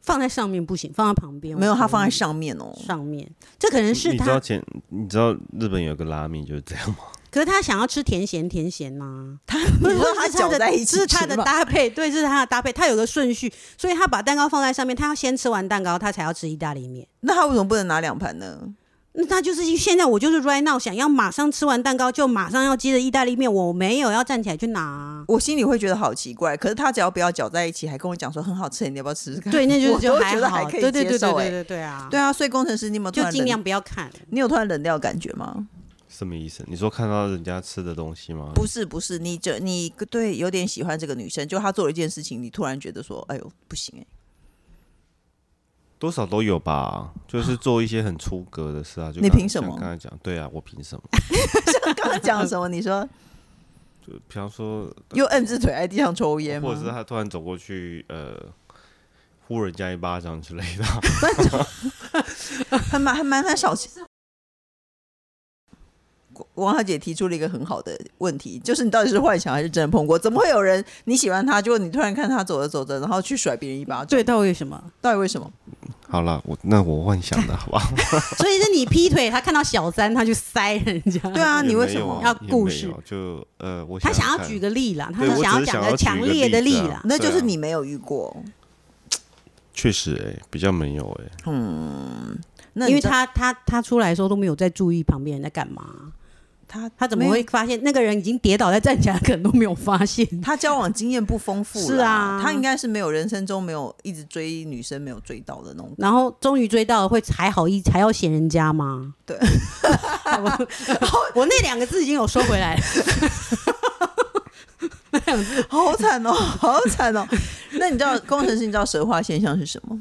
[SPEAKER 2] 放在上面不行，放在旁边
[SPEAKER 1] 没有，
[SPEAKER 2] 我
[SPEAKER 1] 他
[SPEAKER 2] 可以
[SPEAKER 1] 放在上面哦。
[SPEAKER 2] 上面，这可能是
[SPEAKER 3] 你知道
[SPEAKER 2] 他，
[SPEAKER 3] 前你知道日本有个拉面就是这样吗？
[SPEAKER 2] 可是他想要吃甜咸甜咸呐、
[SPEAKER 1] 他 <laughs>
[SPEAKER 2] 不
[SPEAKER 1] 你
[SPEAKER 2] 是
[SPEAKER 1] 说
[SPEAKER 2] 这是
[SPEAKER 1] 搅
[SPEAKER 2] 的
[SPEAKER 1] 在一起
[SPEAKER 2] 这是
[SPEAKER 1] 吃
[SPEAKER 2] 他的
[SPEAKER 1] 吗
[SPEAKER 2] 搭配， <laughs> 对，这是他的搭配，他有个顺序，所以他把蛋糕放在上面，他要先吃完蛋糕，他才要吃意大利面。
[SPEAKER 1] 那他为什么不能拿两盘呢？
[SPEAKER 2] 那他就是现在，我就是 right now 想要马上吃完蛋糕就马上要接着意大利面，我没有要站起来去拿啊、
[SPEAKER 1] 我心里会觉得好奇怪。可是他只要不要搅在一起，还跟我讲说很好吃，你要不要吃吃看？
[SPEAKER 2] 对，那就
[SPEAKER 1] <laughs> 我
[SPEAKER 2] 是就
[SPEAKER 1] 都觉
[SPEAKER 2] 还
[SPEAKER 1] 得
[SPEAKER 2] 好，
[SPEAKER 1] 可以
[SPEAKER 2] 对对
[SPEAKER 1] 接
[SPEAKER 2] 对对
[SPEAKER 1] 受
[SPEAKER 2] 对
[SPEAKER 1] 欸
[SPEAKER 2] 对对啊，
[SPEAKER 1] 对啊，所以工程师，你有没有突
[SPEAKER 2] 就
[SPEAKER 1] 然
[SPEAKER 2] 尽
[SPEAKER 1] 冷
[SPEAKER 2] 量不要看。
[SPEAKER 1] 你有突然冷掉的感觉吗？
[SPEAKER 3] 什么意思？你说看到人家吃的东西吗？
[SPEAKER 1] 不是不是，你这你对有点喜欢这个女生，就她做了一件事情，你突然觉得说，哎呦不行哎、
[SPEAKER 3] 多少都有吧，就是做一些很出格的事啊。就
[SPEAKER 1] 你
[SPEAKER 3] 刚
[SPEAKER 1] 凭什
[SPEAKER 3] 像
[SPEAKER 1] 么
[SPEAKER 3] 刚才讲，对啊，我凭什么？
[SPEAKER 1] <laughs> 刚刚讲什么？你说
[SPEAKER 3] 比方说，
[SPEAKER 1] 又摁着腿在地上抽烟
[SPEAKER 3] 或者是
[SPEAKER 1] 吗？
[SPEAKER 3] 他突然走过去，呃，呼人家一巴掌之类的， <laughs>
[SPEAKER 1] 还蛮还蛮蛮少见。王王小姐提出了一个很好的问题，就是你到底是幻想还是真的碰过？怎么会有人你喜欢他，结果你突然看他走着走着，然后去甩别人一巴掌？
[SPEAKER 2] 对，到底为什么？
[SPEAKER 1] 到底为什么？
[SPEAKER 3] 好了，我那我幻想的好吧？
[SPEAKER 1] <laughs>
[SPEAKER 2] 所以是你劈腿，他看到小三，他去塞人家。
[SPEAKER 1] 对啊，你为
[SPEAKER 3] 也
[SPEAKER 1] 什
[SPEAKER 3] 没有
[SPEAKER 1] 么？
[SPEAKER 2] 要
[SPEAKER 3] 也
[SPEAKER 2] 故
[SPEAKER 3] 没
[SPEAKER 2] 事
[SPEAKER 3] 有就呃，我
[SPEAKER 2] 他想要
[SPEAKER 3] 看
[SPEAKER 2] 举个例啦，他
[SPEAKER 3] 对我只
[SPEAKER 2] 想
[SPEAKER 3] 是
[SPEAKER 2] 讲
[SPEAKER 3] 想
[SPEAKER 2] 的
[SPEAKER 3] 要举
[SPEAKER 2] 强
[SPEAKER 3] 一个
[SPEAKER 2] 烈的
[SPEAKER 3] 例子
[SPEAKER 2] 啦
[SPEAKER 3] 啊。
[SPEAKER 1] 那就
[SPEAKER 3] 对
[SPEAKER 1] 是
[SPEAKER 3] 啊
[SPEAKER 1] 你没有遇过，
[SPEAKER 3] 确实哎、比较没有哎、
[SPEAKER 1] 那你
[SPEAKER 2] 因为
[SPEAKER 1] 知道
[SPEAKER 2] 他他他出来的时候都没有在注意旁边人在干嘛，
[SPEAKER 1] 他
[SPEAKER 2] 他怎么
[SPEAKER 1] 没有
[SPEAKER 2] 会发现那个人已经跌倒再站起来，可能都没有发现。
[SPEAKER 1] 他交往经验不丰富啦，
[SPEAKER 2] 是啊
[SPEAKER 1] 他应该是没有人生中没有一直追女生没有追到的那种。
[SPEAKER 2] 然后终于追到了，会还好意还要嫌人家吗？ <laughs>
[SPEAKER 1] 对
[SPEAKER 2] 我，我那两个字已经有收回来了。
[SPEAKER 1] <laughs> 好惨哦，好惨哦！ <laughs> 那你知道工程师，你知道蛇化现象是什么？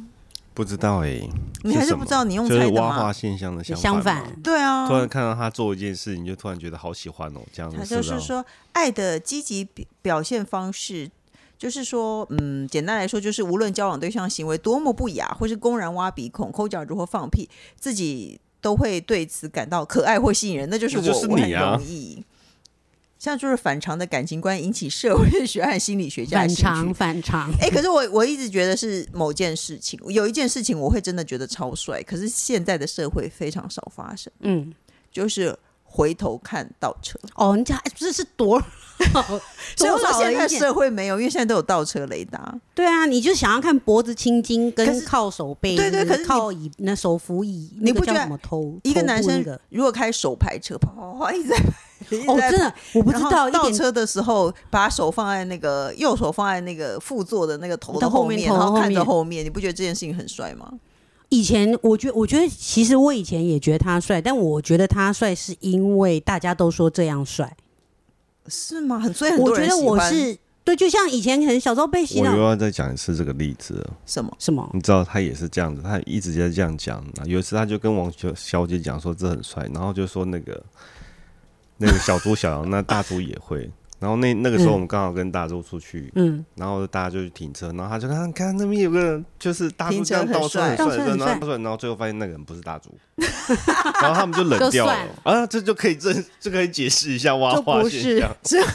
[SPEAKER 3] 不知道哎、
[SPEAKER 1] 你还是
[SPEAKER 3] 什
[SPEAKER 1] 不
[SPEAKER 3] 么
[SPEAKER 1] 知道你用
[SPEAKER 3] 就是
[SPEAKER 1] 猜的
[SPEAKER 3] 挖
[SPEAKER 1] 吗
[SPEAKER 3] 化现象的
[SPEAKER 2] 相
[SPEAKER 3] 反嘛
[SPEAKER 2] 反
[SPEAKER 1] 对啊
[SPEAKER 3] 突，然看到他做一件事，你就突然觉得好喜欢哦，这样子
[SPEAKER 1] 他就是
[SPEAKER 3] 吧
[SPEAKER 1] 说爱的积极表表现方式。就是说，嗯，简单来说，就是无论交往对象行为多么不雅，或是公然挖鼻孔、抠脚如何放屁，自己都会对此感到可爱或吸引人。那就是我，
[SPEAKER 3] 那就是
[SPEAKER 1] 我很
[SPEAKER 3] 你啊
[SPEAKER 1] 容易。像就是反常的感情观引起社会学和心理学家
[SPEAKER 2] 反
[SPEAKER 1] 的兴趣
[SPEAKER 2] 常反常，
[SPEAKER 1] 哎、可是我我一直觉得是某件事情，有一件事情我会真的觉得超帅，可是现在的社会非常少发生，
[SPEAKER 2] 嗯，
[SPEAKER 1] 就是回头看倒车。
[SPEAKER 2] 哦，人家这是多
[SPEAKER 1] 所以我
[SPEAKER 2] 多
[SPEAKER 1] 说
[SPEAKER 2] 老
[SPEAKER 1] 现
[SPEAKER 2] 了
[SPEAKER 1] 在
[SPEAKER 2] 一点。
[SPEAKER 1] 社会没有，因为现在都有倒车雷达。
[SPEAKER 2] 对啊，你就想要看脖子青筋
[SPEAKER 1] 可
[SPEAKER 2] 跟
[SPEAKER 1] 是
[SPEAKER 2] 靠手背，
[SPEAKER 1] 对对可是你
[SPEAKER 2] 靠椅那手扶椅，
[SPEAKER 1] 你不
[SPEAKER 2] 那个
[SPEAKER 1] 觉
[SPEAKER 2] 叫
[SPEAKER 1] 得
[SPEAKER 2] 什么头？
[SPEAKER 1] 一个
[SPEAKER 2] 头部
[SPEAKER 1] 男生
[SPEAKER 2] 那个
[SPEAKER 1] 如果开手排车，啪啪啪啪一直在拍，一直
[SPEAKER 2] <laughs> 哦，
[SPEAKER 1] 在
[SPEAKER 2] 真的我不知
[SPEAKER 1] 然后
[SPEAKER 2] 道，一
[SPEAKER 1] 倒
[SPEAKER 2] 点
[SPEAKER 1] 车的时候，把手放在那个右手放在那个副座的那个头的
[SPEAKER 2] 到后
[SPEAKER 1] 后
[SPEAKER 2] 面
[SPEAKER 1] 面，
[SPEAKER 2] 头的
[SPEAKER 1] 然后
[SPEAKER 2] 后
[SPEAKER 1] 看着
[SPEAKER 2] 面
[SPEAKER 1] 后面，你不觉得这件事情很帅吗？
[SPEAKER 2] 以前我觉我觉得其实我以前也觉得他帅，但我觉得他帅是因为大家都说这样帅。
[SPEAKER 1] 是吗？很所以很
[SPEAKER 2] 我
[SPEAKER 1] 多
[SPEAKER 2] 觉
[SPEAKER 1] 人
[SPEAKER 2] 得
[SPEAKER 1] 喜
[SPEAKER 2] 我
[SPEAKER 1] 欢
[SPEAKER 2] 是对，就像以前很小时候被洗
[SPEAKER 3] 我
[SPEAKER 2] 脑
[SPEAKER 3] 又要再讲一次这个例子了。
[SPEAKER 1] 什么？ <laughs>
[SPEAKER 2] 什么，
[SPEAKER 3] 你知道他也是这样子，他一直在这样讲。有一次他就跟王小小姐讲说这很帅，然后就说那个那个小猪小羊，那大猪也会。然后那那个时候我们刚好跟大猪出去，
[SPEAKER 2] 嗯，
[SPEAKER 3] 然后大家就去停车，然后他就看看那边有个人，就是大
[SPEAKER 1] 停
[SPEAKER 3] 猪
[SPEAKER 1] 车
[SPEAKER 3] 这样倒车
[SPEAKER 1] 很
[SPEAKER 2] 帅
[SPEAKER 3] 很帅，
[SPEAKER 2] 倒车很
[SPEAKER 3] 然后
[SPEAKER 2] 帅
[SPEAKER 3] 倒车然后最后发现那个人不是大猪，然后他们就冷掉了
[SPEAKER 2] <laughs> 就
[SPEAKER 3] 啊，这就可以这这可以解释一下挖
[SPEAKER 2] 就
[SPEAKER 3] 化
[SPEAKER 2] 不
[SPEAKER 3] 现
[SPEAKER 2] 是
[SPEAKER 3] 象。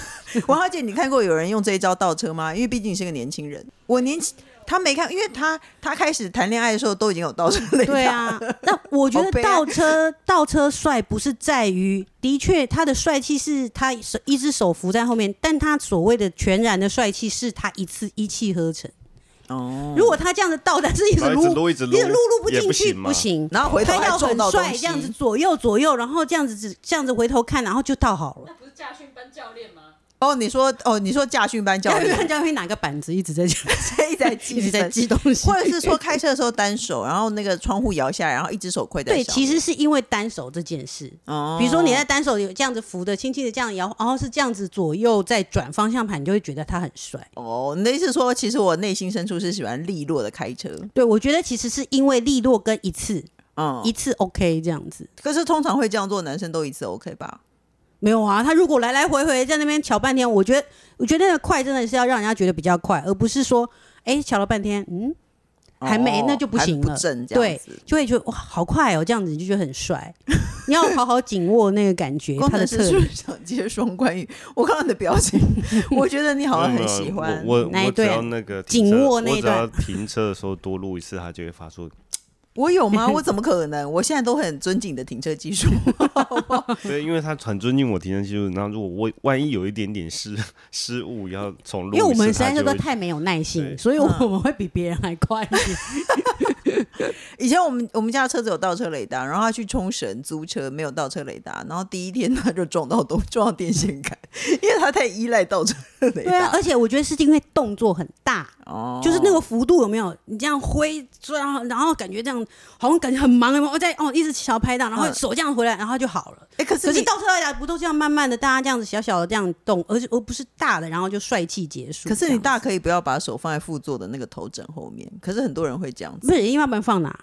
[SPEAKER 1] 王小姐，你看过有人用这一招倒车吗？因为毕竟你是个年轻人，我年轻他没看，因为他他开始谈恋爱的时候都已经有倒车雷达。
[SPEAKER 2] 对，
[SPEAKER 1] <laughs>
[SPEAKER 2] 啊。那我觉
[SPEAKER 1] 好
[SPEAKER 2] 得
[SPEAKER 1] 悲哀
[SPEAKER 2] 倒车倒车帅不是在于，的确他的帅气是他手一只手扶在后面，但他所谓的全然的帅气是他一次一气呵成。
[SPEAKER 1] 哦，
[SPEAKER 2] 如果他这样子倒，但是一直
[SPEAKER 3] 然后一直撸一直撸
[SPEAKER 2] 一直撸撸不
[SPEAKER 3] 也
[SPEAKER 2] 进
[SPEAKER 3] 不
[SPEAKER 2] 去
[SPEAKER 3] 行嘛
[SPEAKER 2] 不行，
[SPEAKER 1] 然后回头
[SPEAKER 2] 他要
[SPEAKER 1] 还撞
[SPEAKER 2] 很
[SPEAKER 1] 到东
[SPEAKER 2] 帅，
[SPEAKER 1] 西
[SPEAKER 2] 这样子左右左右，然后这样子只这样子回头看，然后就倒好了。
[SPEAKER 4] 不是驾训班教练吗？
[SPEAKER 1] 哦，你说哦，你说驾训班教
[SPEAKER 2] <laughs> 教
[SPEAKER 1] 练
[SPEAKER 2] 练教练拿个板子一
[SPEAKER 1] <laughs>
[SPEAKER 2] 直在这样
[SPEAKER 1] 一直在记
[SPEAKER 2] 一直在
[SPEAKER 1] 分
[SPEAKER 2] 记东西，
[SPEAKER 1] 或者是说开车的时候单手，然后那个窗户摇下来，然后一只手跪在
[SPEAKER 2] <laughs> 对，
[SPEAKER 1] 上
[SPEAKER 2] 其实
[SPEAKER 1] 面
[SPEAKER 2] 是因为单手这件事。
[SPEAKER 1] 哦，
[SPEAKER 2] 比如说你在单手有这样子扶的，轻轻的这样摇，然后是这样子左右再转方向盘，你就会觉得他很帅。
[SPEAKER 1] 哦，你的意思是说，其实我内心深处是喜欢利落的开车，
[SPEAKER 2] 对，我觉得其实是因为利落跟一次
[SPEAKER 1] 嗯
[SPEAKER 2] 一，次 OK 这样子。
[SPEAKER 1] 可是通常会这样做的男生都一次 OK 吧？
[SPEAKER 2] 没有啊，他如果来来回回在那边瞧半天，我觉得我觉得那个快真的是要让人家觉得比较快，而不是说哎瞧了半天，嗯，还没
[SPEAKER 1] 哦
[SPEAKER 2] 那就不
[SPEAKER 1] 还
[SPEAKER 2] 行
[SPEAKER 1] 不
[SPEAKER 2] 了
[SPEAKER 1] 正这样
[SPEAKER 2] 对
[SPEAKER 1] 子。，
[SPEAKER 2] 就会觉得哇好快哦，这样子你就觉得很帅。 <laughs> 你要好好紧握那个感
[SPEAKER 1] <laughs>
[SPEAKER 2] 觉，
[SPEAKER 1] 工
[SPEAKER 2] 他
[SPEAKER 1] 程
[SPEAKER 2] 的
[SPEAKER 1] 师
[SPEAKER 2] 特
[SPEAKER 1] 是不
[SPEAKER 2] 点。
[SPEAKER 1] 是想接双关语？我看到你的表
[SPEAKER 2] <laughs>
[SPEAKER 1] 情，我觉得你好像
[SPEAKER 3] 没有
[SPEAKER 1] 很
[SPEAKER 3] 没有
[SPEAKER 1] 喜欢。
[SPEAKER 3] 我我
[SPEAKER 2] 那一
[SPEAKER 3] 我只要
[SPEAKER 2] 段
[SPEAKER 3] 那个
[SPEAKER 2] 紧
[SPEAKER 3] 停车
[SPEAKER 2] 握那一
[SPEAKER 3] 我只
[SPEAKER 2] 段
[SPEAKER 3] 要停车的时候多录一次，他就会发出
[SPEAKER 1] 我有吗？我怎么可能？我现在都很尊敬你的停车技
[SPEAKER 2] <laughs>
[SPEAKER 1] 术。
[SPEAKER 3] <laughs> 对，因为他很尊敬我提升技术，然后如果我万一有一点点失失误，要重录
[SPEAKER 2] 因为
[SPEAKER 3] 一次，
[SPEAKER 2] 我们实在
[SPEAKER 3] 他
[SPEAKER 2] 是
[SPEAKER 3] 就
[SPEAKER 2] 都
[SPEAKER 3] 会
[SPEAKER 2] 太没有耐性，
[SPEAKER 3] 对
[SPEAKER 2] 所以我
[SPEAKER 1] 嗯
[SPEAKER 2] 们会比别人还快一
[SPEAKER 1] <laughs>
[SPEAKER 2] 点。
[SPEAKER 1] 以前我们我们家车子有倒车雷达，然后他去冲绳租车没有倒车雷达，然后第一天他就撞到东撞到电线杆，因为他太依赖倒车雷
[SPEAKER 2] 对啊，
[SPEAKER 1] 达。
[SPEAKER 2] 而且我觉得是因为动作很大，
[SPEAKER 1] 哦
[SPEAKER 2] 就是那个幅度有没有？你这样挥，然后然后感觉这样好像感觉很忙，有没有？我在哦一直小拍档，然后
[SPEAKER 1] 嗯
[SPEAKER 2] 手这样回来，然后就好了。
[SPEAKER 1] 哎，可
[SPEAKER 2] 可
[SPEAKER 1] 是
[SPEAKER 2] 是
[SPEAKER 1] 你
[SPEAKER 2] 倒车雷达不都这样慢慢的，大家这样子小小的这样动，而且而不是大的，然后就帅气结束。
[SPEAKER 1] 可是你
[SPEAKER 2] 这样
[SPEAKER 1] 大可以不要把手放在副座的那个头枕后面，可是很多人会这样
[SPEAKER 2] 不
[SPEAKER 1] 子。
[SPEAKER 2] 是因为他们放哪？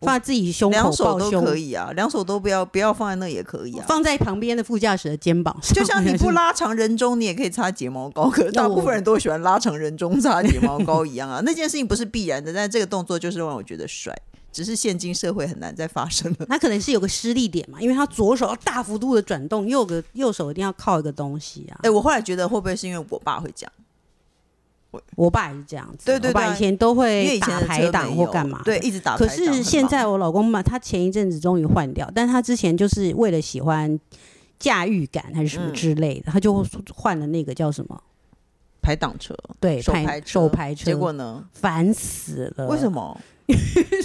[SPEAKER 2] 放在自己胸口
[SPEAKER 1] 两手
[SPEAKER 2] 抱
[SPEAKER 1] 都
[SPEAKER 2] 胸，
[SPEAKER 1] 可以啊，两手都不要不要放在那也可以啊。
[SPEAKER 2] 放在旁边的副驾驶的肩膀上。
[SPEAKER 1] <laughs> 就像你不
[SPEAKER 2] 是
[SPEAKER 1] 拉长人中，你也可以擦睫毛膏，可是
[SPEAKER 2] 那
[SPEAKER 1] 大
[SPEAKER 2] 我
[SPEAKER 1] 部分人都喜欢拉长人中擦睫毛膏一样啊。那件事情不是必然的，但这个动作就是让我觉得帅，只是现今社会很难再发生了。
[SPEAKER 2] 他可能是有个失力点嘛，因为他左手要大幅度的转动，右个 <laughs> 右手一定要靠一个东西啊。
[SPEAKER 1] 哎、我后来觉得会不会是因为我爸会讲，
[SPEAKER 2] 我爸也是这样子，
[SPEAKER 1] 对
[SPEAKER 2] 啊
[SPEAKER 1] 对
[SPEAKER 2] 我爸
[SPEAKER 1] 对
[SPEAKER 2] 以前都
[SPEAKER 1] 因为
[SPEAKER 2] 会
[SPEAKER 1] 以前
[SPEAKER 2] 打
[SPEAKER 1] 的
[SPEAKER 2] 排
[SPEAKER 1] 车
[SPEAKER 2] 档
[SPEAKER 1] 没
[SPEAKER 2] 或
[SPEAKER 1] 有
[SPEAKER 2] 干嘛，
[SPEAKER 1] 对，。一直打排
[SPEAKER 2] 可
[SPEAKER 1] 档。
[SPEAKER 2] 是
[SPEAKER 1] 很
[SPEAKER 2] 现
[SPEAKER 1] 忙
[SPEAKER 2] 在我老公嘛，他前一阵子终于换掉，但他之前就是为了喜欢驾驭感还是什么
[SPEAKER 1] 嗯
[SPEAKER 2] 之类的，他就换了那个叫什么？
[SPEAKER 1] 排档车，
[SPEAKER 2] 对，
[SPEAKER 1] 手
[SPEAKER 2] 排
[SPEAKER 1] 排车
[SPEAKER 2] 手排车，呃
[SPEAKER 1] 结果呢？
[SPEAKER 2] 烦死了。
[SPEAKER 1] 为什么？
[SPEAKER 2] <laughs>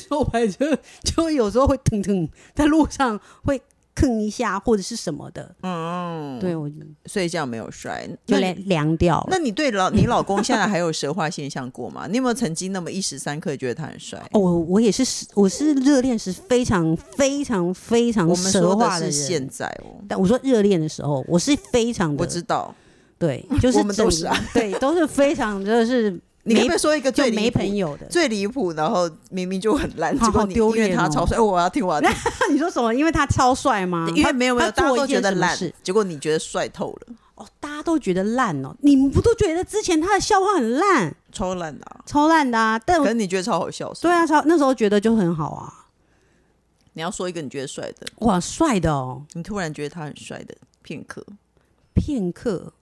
[SPEAKER 2] 手排车就有时候会腾腾，在路上会蹭一下或者是什么的。
[SPEAKER 1] 嗯，
[SPEAKER 2] 对我
[SPEAKER 1] 所以这样没有帅。
[SPEAKER 2] 就
[SPEAKER 1] 那
[SPEAKER 2] 凉
[SPEAKER 1] 你
[SPEAKER 2] 凉掉了
[SPEAKER 1] 那。你对老你老公现在还有蛇化现象过吗？你有 <laughs> 没有曾经那么一时三刻觉得他很帅？
[SPEAKER 2] 哦，我我也是，我是热恋时非常非常非常
[SPEAKER 1] 我们
[SPEAKER 2] 蛇
[SPEAKER 1] 说
[SPEAKER 2] 化
[SPEAKER 1] 是
[SPEAKER 2] 人。
[SPEAKER 1] 现在哦，
[SPEAKER 2] 但我说热恋的时候，我是非常的，
[SPEAKER 1] 我知道。
[SPEAKER 2] 对，就是
[SPEAKER 1] 我们都
[SPEAKER 2] 整
[SPEAKER 1] 是啊，
[SPEAKER 2] 对，都是非常就是
[SPEAKER 1] <laughs> 你可不
[SPEAKER 2] 没
[SPEAKER 1] 可以说一个
[SPEAKER 2] 就
[SPEAKER 1] 最离
[SPEAKER 2] 没
[SPEAKER 1] 谱 <laughs>
[SPEAKER 2] 朋友的。
[SPEAKER 1] 最离谱，然后明明就很烂，
[SPEAKER 2] 好
[SPEAKER 1] 结果
[SPEAKER 2] 好
[SPEAKER 1] 你
[SPEAKER 2] 丢
[SPEAKER 1] 因为
[SPEAKER 2] 脸
[SPEAKER 1] 他
[SPEAKER 2] 哦
[SPEAKER 1] 超帅，哦我要听，我要听，
[SPEAKER 2] <laughs> 那你说什么？因为他超帅吗？
[SPEAKER 1] 因为
[SPEAKER 2] 他
[SPEAKER 1] 没有没有，
[SPEAKER 2] 他
[SPEAKER 1] 大家
[SPEAKER 2] 做
[SPEAKER 1] 都
[SPEAKER 2] 一件
[SPEAKER 1] 觉得
[SPEAKER 2] 什么
[SPEAKER 1] 烂
[SPEAKER 2] 事，
[SPEAKER 1] 结果你觉得帅透了，
[SPEAKER 2] 哦，大家都觉得烂哦。你们不都觉得之前他的笑话很烂，
[SPEAKER 1] 超烂的啊，
[SPEAKER 2] 超烂的啊？但
[SPEAKER 1] 可
[SPEAKER 2] 我
[SPEAKER 1] 是你觉得超好笑，是
[SPEAKER 2] 对
[SPEAKER 1] 吗，
[SPEAKER 2] 啊，超那时候觉得就很好啊，
[SPEAKER 1] 你要说一个你觉得帅的，
[SPEAKER 2] 哇，帅的哦，
[SPEAKER 1] 你突然觉得他很帅的片刻，
[SPEAKER 2] 片刻。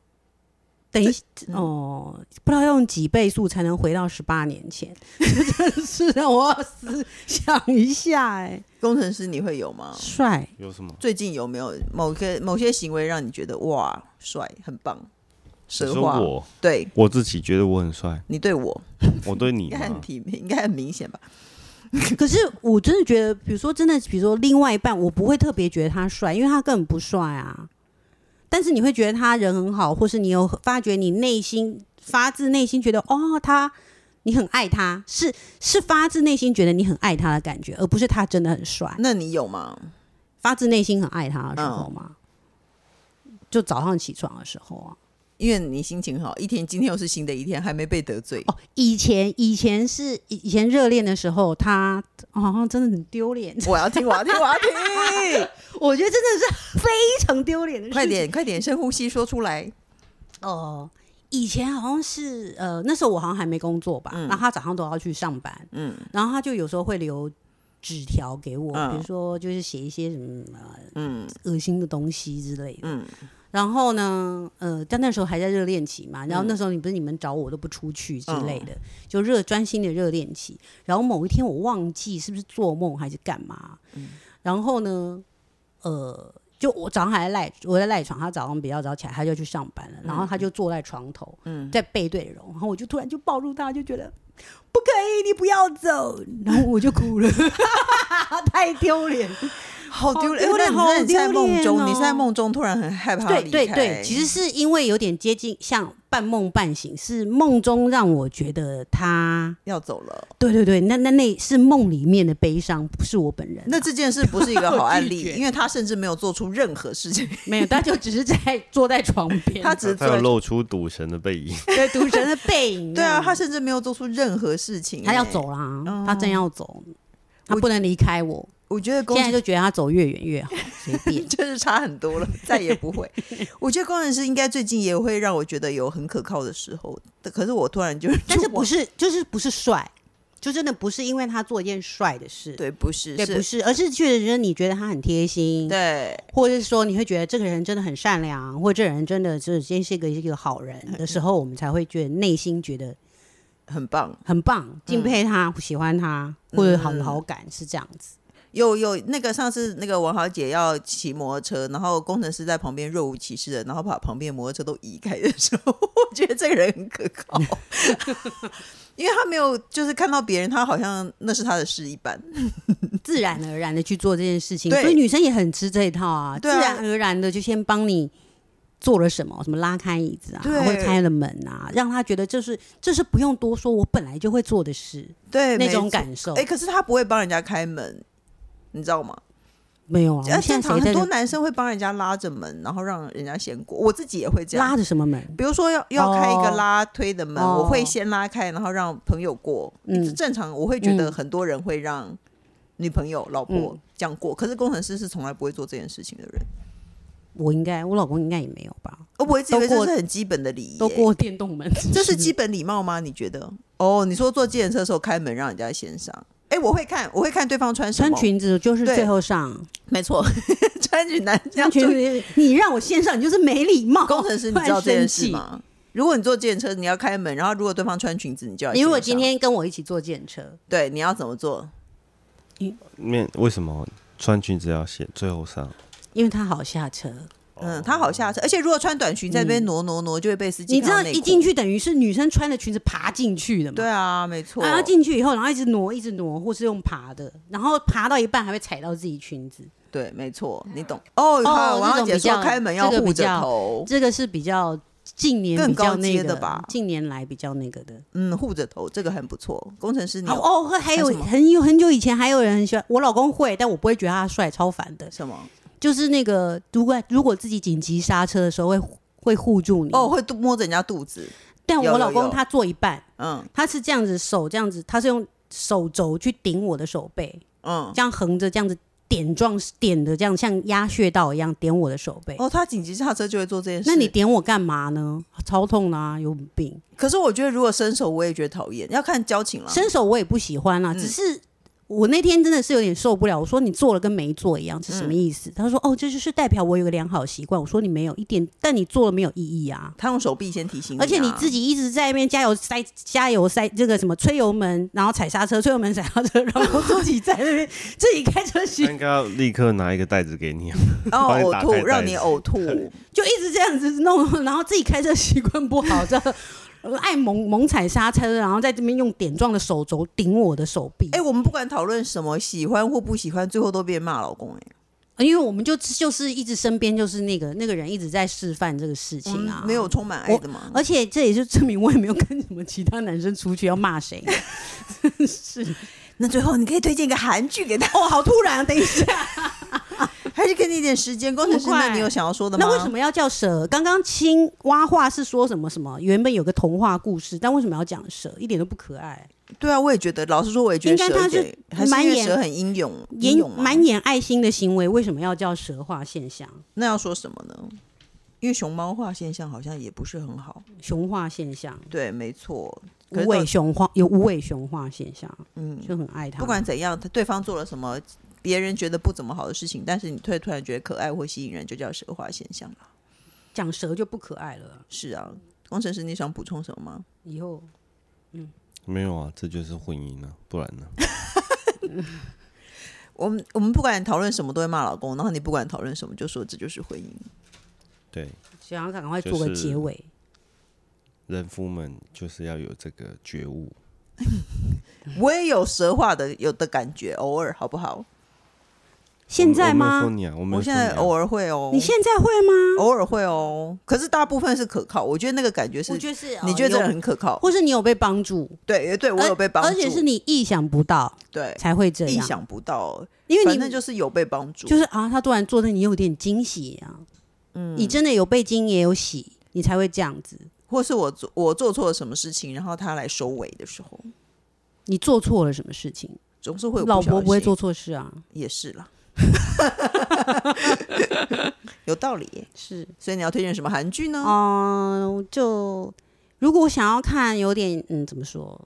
[SPEAKER 2] 等一
[SPEAKER 1] 嗯
[SPEAKER 2] 哦，不知道要用几倍速才能回到十八年前， <laughs> 真的是让我思想一下哎、
[SPEAKER 1] 工程师你会有吗？
[SPEAKER 2] 帅
[SPEAKER 3] 有什么？
[SPEAKER 1] 最近有没有某个某些行为让你觉得哇帅，很棒？
[SPEAKER 3] 你
[SPEAKER 1] 蛇
[SPEAKER 3] 说
[SPEAKER 1] 话，
[SPEAKER 3] 我
[SPEAKER 1] 对
[SPEAKER 3] 我自己觉得我很帅，
[SPEAKER 1] 你对我
[SPEAKER 3] 我对你
[SPEAKER 2] <laughs>
[SPEAKER 1] 应该很
[SPEAKER 3] 嘛，
[SPEAKER 1] 体面，应该很明显吧？
[SPEAKER 2] 可是我真的觉得，比如说真的，比如说另外一半，我不会特别觉得他帅，因为他根本不帅啊。但是你会觉得他人很好，或是你有发觉你内心发自内心觉得哦，他你很爱他，是是发自内心觉得你很爱他的感觉，而不是他真的很帅。
[SPEAKER 1] 那你有吗？
[SPEAKER 2] 发自内心很爱他的时候吗？就早上起床的时候啊。
[SPEAKER 1] 因为你心情好，一天今天又是新的一天，还没被得
[SPEAKER 2] <laughs>
[SPEAKER 1] 罪，
[SPEAKER 2] 哦，以前以前是以以前热恋的时候，他哦好像真的很丢脸，
[SPEAKER 1] 我要听，我要听，我要
[SPEAKER 2] <laughs>
[SPEAKER 1] 听。
[SPEAKER 2] 我觉得真的是非常丢脸的事情。
[SPEAKER 1] 快点，快点，深呼吸，说出来。
[SPEAKER 2] 哦，以前好像是呃，那时候我好像还没工作吧，然后他早上都要去上班，
[SPEAKER 1] 嗯
[SPEAKER 2] 然后他就有时候会留纸条给我，比
[SPEAKER 1] 嗯
[SPEAKER 2] 如说就是写一些什么
[SPEAKER 1] 嗯
[SPEAKER 2] 呃恶心的东西之类的。
[SPEAKER 1] 嗯
[SPEAKER 2] 然后呢，呃，但那时候还在热恋期嘛，然后那时候你不是你们找我都不出去之类的，就热专心的热恋期。然后某一天我忘记是不是做梦还是干嘛，然后呢，呃，就我早上还在赖我在赖床，他早上比较早起来，他就去上班了，然后他就坐在床头，
[SPEAKER 1] 嗯，
[SPEAKER 2] 在背对容，然后我就突然就抱住他，就觉得不可以，你不要走，然后我就哭了， <laughs> 太丢脸。
[SPEAKER 1] 好丢脸，
[SPEAKER 2] 好丢
[SPEAKER 1] 哎那你那
[SPEAKER 2] 脸
[SPEAKER 1] 你在
[SPEAKER 2] 好丢脸
[SPEAKER 1] 梦中，
[SPEAKER 2] 哦
[SPEAKER 1] 你是在梦中突然很害怕
[SPEAKER 2] 对
[SPEAKER 1] 离
[SPEAKER 2] 对
[SPEAKER 1] 开
[SPEAKER 2] 对，其实是因为有点接近像半梦半醒，是梦中让我觉得他，
[SPEAKER 1] 要走了。
[SPEAKER 2] 对对对，那那那是梦里面的悲伤，不是我本人啊、
[SPEAKER 1] 那这件事不是一个好案
[SPEAKER 2] <laughs> 拒
[SPEAKER 1] 例，
[SPEAKER 2] 绝
[SPEAKER 1] 因为他甚至没有做出任何事
[SPEAKER 2] <laughs>
[SPEAKER 1] 情，
[SPEAKER 2] 没有，他就
[SPEAKER 1] <laughs>
[SPEAKER 2] 只是在坐在床边，
[SPEAKER 1] 他只是
[SPEAKER 3] 他
[SPEAKER 1] 坐
[SPEAKER 3] 有
[SPEAKER 1] 在
[SPEAKER 3] 露出赌神的背影。
[SPEAKER 2] 对赌神的背影。
[SPEAKER 1] <laughs> 对啊，他甚至没有做出任何事情。
[SPEAKER 2] 他要
[SPEAKER 1] 哎，
[SPEAKER 2] 走啦，他真要走，他
[SPEAKER 1] 我
[SPEAKER 2] 不能离开我。
[SPEAKER 1] 哦我觉得工
[SPEAKER 2] 现在
[SPEAKER 1] 程。
[SPEAKER 2] 就觉得他走越远越好，随
[SPEAKER 1] <laughs>
[SPEAKER 2] 便
[SPEAKER 1] 就是差很多了，再也不
[SPEAKER 2] <laughs>
[SPEAKER 1] 会。我觉得工程师应该最近也会让我觉得有很可靠的时候，可是我突然就
[SPEAKER 2] 但是不
[SPEAKER 1] 是
[SPEAKER 2] 是就是不是帅，就真的不是因为他做一件帅的事，
[SPEAKER 1] 对不是
[SPEAKER 2] 对不是，而是确实你觉得他很贴心，
[SPEAKER 1] 对
[SPEAKER 2] 或者是说你会觉得这个人真的很善良，或者这个人真的就是今天是一个一个好人
[SPEAKER 1] 嗯
[SPEAKER 2] 的时候，我们才会觉得内心觉得
[SPEAKER 1] 很棒。
[SPEAKER 2] 很棒，敬
[SPEAKER 1] 嗯
[SPEAKER 2] 佩他，喜欢他，或者好有好感，是这样子。
[SPEAKER 1] 有有那个上次那个王小姐要骑摩托车，然后工程师在旁边若无其事的，然后把旁边的摩托车都移开的时候， <laughs> 我觉得这个人很可
[SPEAKER 2] <laughs>
[SPEAKER 1] 靠，因为他没有就是看到别人，他好像那是他的事一般。
[SPEAKER 2] 自然而然的去做这件事情，
[SPEAKER 1] 对
[SPEAKER 2] 所以女生也很吃这一套啊，自
[SPEAKER 1] 对啊
[SPEAKER 2] 然而然的就先帮你做了什么，什么拉开椅子啊，
[SPEAKER 1] 对
[SPEAKER 2] 或者开了门啊，让她觉得这是这是不用多说，我本来就会做的事，
[SPEAKER 1] 对，
[SPEAKER 2] 那种
[SPEAKER 1] 没错。
[SPEAKER 2] 感受。
[SPEAKER 1] 哎、可是他不会帮人家开门，你知道吗？
[SPEAKER 2] 没有啊，
[SPEAKER 1] 呃
[SPEAKER 2] 我
[SPEAKER 1] 正
[SPEAKER 2] 现在
[SPEAKER 1] 常
[SPEAKER 2] 谁
[SPEAKER 1] 很
[SPEAKER 2] 在
[SPEAKER 1] 多男生会帮人家拉着门，然后让人家先过。我自己也会这样
[SPEAKER 2] 拉着什么门？
[SPEAKER 1] 比如说要要开一个
[SPEAKER 2] 哦
[SPEAKER 1] 拉推的门，
[SPEAKER 2] 哦
[SPEAKER 1] 我会先拉开，然后让朋友过。
[SPEAKER 2] 嗯
[SPEAKER 1] 正常我会觉得
[SPEAKER 2] 嗯
[SPEAKER 1] 很多人会让女朋友、老婆
[SPEAKER 2] 嗯
[SPEAKER 1] 讲过，可是工程师是从来不会做这件事情的人，
[SPEAKER 2] 我应该，我老公应该也没有吧？
[SPEAKER 1] 我不会自以为这
[SPEAKER 2] 都过
[SPEAKER 1] 是很基本的礼仪、
[SPEAKER 2] 都
[SPEAKER 1] 欸
[SPEAKER 2] 过电动门，
[SPEAKER 1] 这是基本礼貌吗？你觉得？哦，你说坐计程车的时候开门让人家先上。哎、我会看，我会看对方穿什
[SPEAKER 2] 穿
[SPEAKER 1] 么。，
[SPEAKER 2] 裙子就是
[SPEAKER 1] 对
[SPEAKER 2] 最后上，
[SPEAKER 1] 没错， <laughs> 穿裙男这样
[SPEAKER 2] 穿裙
[SPEAKER 1] 做。
[SPEAKER 2] 子你让我线上，你就是没礼貌。
[SPEAKER 1] 工程师，你知道
[SPEAKER 2] 突
[SPEAKER 1] 这件
[SPEAKER 2] 然生
[SPEAKER 1] 事
[SPEAKER 2] 气？
[SPEAKER 1] 吗？如果你坐计程车，你要开门，然后如果对方穿裙子，你就要先
[SPEAKER 2] 你
[SPEAKER 1] 上。
[SPEAKER 2] 如果今天跟我一起坐电车，
[SPEAKER 1] 对你要怎么做？
[SPEAKER 3] 面为什么穿裙子要写最
[SPEAKER 2] <laughs>
[SPEAKER 3] 后上？
[SPEAKER 2] 因为他好下车，
[SPEAKER 3] 哦
[SPEAKER 1] 嗯，他好下车，而且如果穿短裙在那边挪挪挪，就会被司机
[SPEAKER 2] 嗯你知
[SPEAKER 1] 看到
[SPEAKER 2] 道
[SPEAKER 1] 内
[SPEAKER 2] 一
[SPEAKER 1] 裤
[SPEAKER 2] 进去等于是女生穿着裙子爬进去的嘛？
[SPEAKER 1] 对啊，没错。
[SPEAKER 2] 然后进去以后，然后一直挪，一直挪，或是用爬的，然后爬到一半还会踩到自己裙子，
[SPEAKER 1] 对，没错，你懂。哦，好，王小
[SPEAKER 2] 这种
[SPEAKER 1] 姐
[SPEAKER 2] 比
[SPEAKER 1] 说
[SPEAKER 2] 较
[SPEAKER 1] 开门要
[SPEAKER 2] 这个
[SPEAKER 1] 护
[SPEAKER 2] 比
[SPEAKER 1] 着
[SPEAKER 2] 较
[SPEAKER 1] 头，
[SPEAKER 2] 这个是比较近年
[SPEAKER 1] 哦更
[SPEAKER 2] 比较
[SPEAKER 1] 高
[SPEAKER 2] 那
[SPEAKER 1] 阶
[SPEAKER 2] 个
[SPEAKER 1] 的吧
[SPEAKER 2] 近年来比较那个的。
[SPEAKER 1] 嗯，护着头，这个很不错。工程师，你
[SPEAKER 2] 好
[SPEAKER 1] 有
[SPEAKER 2] 哦，还
[SPEAKER 1] 嗯还有
[SPEAKER 2] 有
[SPEAKER 1] 什么
[SPEAKER 2] 很有很久以前还有人很喜欢，我老公会，但我不会觉得他帅，超烦的。
[SPEAKER 1] 什么？
[SPEAKER 2] 就是那个如果如果自己紧急刹车的时候会会护住你
[SPEAKER 1] 哦，，会肚摸着人家肚子，
[SPEAKER 2] 但
[SPEAKER 1] 有有
[SPEAKER 2] 我老
[SPEAKER 1] 有
[SPEAKER 2] 公他做一半，
[SPEAKER 1] 嗯
[SPEAKER 2] 他是这样子手这样子，他是用手肘去顶我的手背，
[SPEAKER 1] 嗯。
[SPEAKER 2] 这样横着这样子点状点的，这样像压穴道一样点我的手背。
[SPEAKER 1] 哦，他紧急刹车就会做这件事。
[SPEAKER 2] 那你点我干嘛呢？超痛的啊，有病！
[SPEAKER 1] 可是我觉得如果伸手，我也觉得讨厌，要看交情了。
[SPEAKER 2] 伸手我也不喜欢啦、啊
[SPEAKER 1] 嗯
[SPEAKER 2] 只是我那天真的是有点受不了。我说你做了跟没做一样，这
[SPEAKER 1] 嗯
[SPEAKER 2] 什么意思？他说哦，这就是代表我有个良好习惯。我说你没有一点，但你做了没有意义啊。
[SPEAKER 1] 他用手臂先提醒
[SPEAKER 2] 而且
[SPEAKER 1] 你
[SPEAKER 2] 你
[SPEAKER 1] 啊
[SPEAKER 2] 自己一直在那边加油塞、加油塞这个什么吹油门，然后踩刹车、吹油门、踩刹车，然后自己在那边自己开车
[SPEAKER 3] 他
[SPEAKER 1] 哎
[SPEAKER 2] 去，
[SPEAKER 3] 应该要立刻拿一个袋子给你啊， <laughs>
[SPEAKER 1] 哦
[SPEAKER 3] 帮你
[SPEAKER 1] 呕
[SPEAKER 3] 打
[SPEAKER 1] 吐，
[SPEAKER 3] 开
[SPEAKER 1] 让
[SPEAKER 3] 袋
[SPEAKER 1] 你
[SPEAKER 3] 子
[SPEAKER 1] 呕吐。
[SPEAKER 3] <laughs>
[SPEAKER 2] 就一直这样子弄，然后自己开车习惯不好，这样呃爱猛猛踩刹车，然后在这边用点状的手肘顶我的手臂。
[SPEAKER 1] 哎，我们不管讨论什么，喜欢或不喜欢，最后都变骂老公哎。
[SPEAKER 2] 因为我们就就是一直身边就是那个那个人一直在示范这个事
[SPEAKER 1] 我
[SPEAKER 2] 情
[SPEAKER 1] 们
[SPEAKER 2] 啊，
[SPEAKER 1] 嗯没有。充满爱的吗？
[SPEAKER 2] 而且这也就证明我也没有跟什么其他男生出去要骂谁。
[SPEAKER 1] 那最后你可以推荐一个韩剧给他，
[SPEAKER 2] 哦，好突然，等一下，
[SPEAKER 1] <laughs> 还是给你一点时间？工程师，
[SPEAKER 2] 这么快
[SPEAKER 1] 那你有想要说的吗？
[SPEAKER 2] 那为什？么要叫蛇？刚刚青蛙话是说什么什么？原本有个童话故事，但为什么要讲蛇？一点都不可爱，
[SPEAKER 1] 对啊，我也觉得，老实说，我也觉得
[SPEAKER 2] 应该
[SPEAKER 1] 蛇
[SPEAKER 2] 他是
[SPEAKER 1] 给还是
[SPEAKER 2] 蛮
[SPEAKER 1] 因为
[SPEAKER 2] 严
[SPEAKER 1] 蛇很英勇，英
[SPEAKER 2] 演
[SPEAKER 1] 勇吗？
[SPEAKER 2] 满眼爱心的行为为什么要叫蛇化现象、
[SPEAKER 1] 那要说什么呢？因为熊猫化现象好像也不是很好。
[SPEAKER 2] 熊化现象？
[SPEAKER 1] 对，没错。可
[SPEAKER 2] 无
[SPEAKER 1] 是
[SPEAKER 2] 尾
[SPEAKER 1] 到
[SPEAKER 2] 熊化有无尾熊化现象，
[SPEAKER 1] 嗯，
[SPEAKER 2] 就很爱他。
[SPEAKER 1] 不管怎样，他对方做了什么别人觉得不怎么好的事情，但是你突突然觉得可爱或吸引人，就叫蛇化现象了。
[SPEAKER 2] 讲蛇就不可爱了，
[SPEAKER 1] 是啊，工程师，你想补充什么吗？
[SPEAKER 2] 以后。
[SPEAKER 3] 没有啊，这就是婚姻啊，不然呢？
[SPEAKER 1] 我们我们不管讨论什么都会骂老公，然后你不管讨论什么就说这就是婚姻。
[SPEAKER 3] 对，
[SPEAKER 2] 想要赶快做个结尾。
[SPEAKER 3] 人夫们就是要有这个觉悟。
[SPEAKER 1] 我也有蛇化的有的感觉，偶尔好不好？
[SPEAKER 2] 现在
[SPEAKER 3] 我
[SPEAKER 2] 吗？
[SPEAKER 3] 没有说你啊，我
[SPEAKER 1] 我
[SPEAKER 3] 没有说
[SPEAKER 1] 现
[SPEAKER 3] 你啊
[SPEAKER 1] 在偶尔会哦，
[SPEAKER 2] 你现在会吗？
[SPEAKER 1] 偶尔会哦，可是大部分是可靠。我觉得那个感觉是，呃
[SPEAKER 2] 我觉得是，
[SPEAKER 1] 你觉得这个
[SPEAKER 2] 有
[SPEAKER 1] 很可靠？
[SPEAKER 2] 或是你有被帮助，
[SPEAKER 1] 对，对我有被帮助，
[SPEAKER 2] 而且是你意想不到
[SPEAKER 1] 对
[SPEAKER 2] 才会这
[SPEAKER 1] 意
[SPEAKER 2] 样，
[SPEAKER 1] 想不到，
[SPEAKER 2] 因为
[SPEAKER 1] 反
[SPEAKER 2] 你
[SPEAKER 1] 正就是有被帮助，
[SPEAKER 2] 就是啊，他突然做的你有点惊喜啊，
[SPEAKER 1] 嗯
[SPEAKER 2] 你真的有被惊也有喜，你才会这样子。
[SPEAKER 1] 或是我做我做错了什么事情，然后他来收尾的时候，
[SPEAKER 2] 你做错了什么事情？
[SPEAKER 1] 总是会有
[SPEAKER 2] 老
[SPEAKER 1] 小
[SPEAKER 2] 婆不会
[SPEAKER 1] 心
[SPEAKER 2] 做错事啊，
[SPEAKER 1] 也是啦， <laughs> 有道理耶。
[SPEAKER 2] 是，
[SPEAKER 1] 所以你要推荐什么韩剧呢？
[SPEAKER 2] 嗯、就如果我想要看有点嗯，怎么说，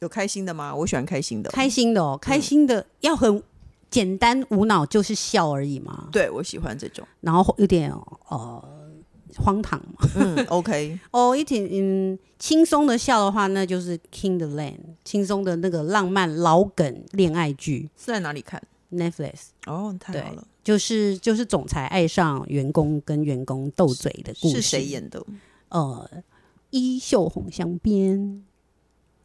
[SPEAKER 1] 有开心的吗？我喜欢开心的，
[SPEAKER 2] 开心的
[SPEAKER 1] 嗯
[SPEAKER 2] 哦，开心的、要很简单无脑，就是笑而已嘛。
[SPEAKER 1] 对我喜欢这
[SPEAKER 2] <laughs>
[SPEAKER 1] 种。
[SPEAKER 2] 然后有点呃荒唐嘛。
[SPEAKER 1] 嗯，OK，
[SPEAKER 2] 哦，一点嗯轻松的笑的话，那就是《King the Land》轻松的那个浪漫老梗恋爱剧
[SPEAKER 1] 是在哪里看？
[SPEAKER 2] ，Netflix
[SPEAKER 1] 哦，太
[SPEAKER 2] 对
[SPEAKER 1] 好了。
[SPEAKER 2] 就是就是总裁爱上员工跟员工斗嘴的故事。
[SPEAKER 1] 是谁？演的？
[SPEAKER 2] 呃，衣袖红香边。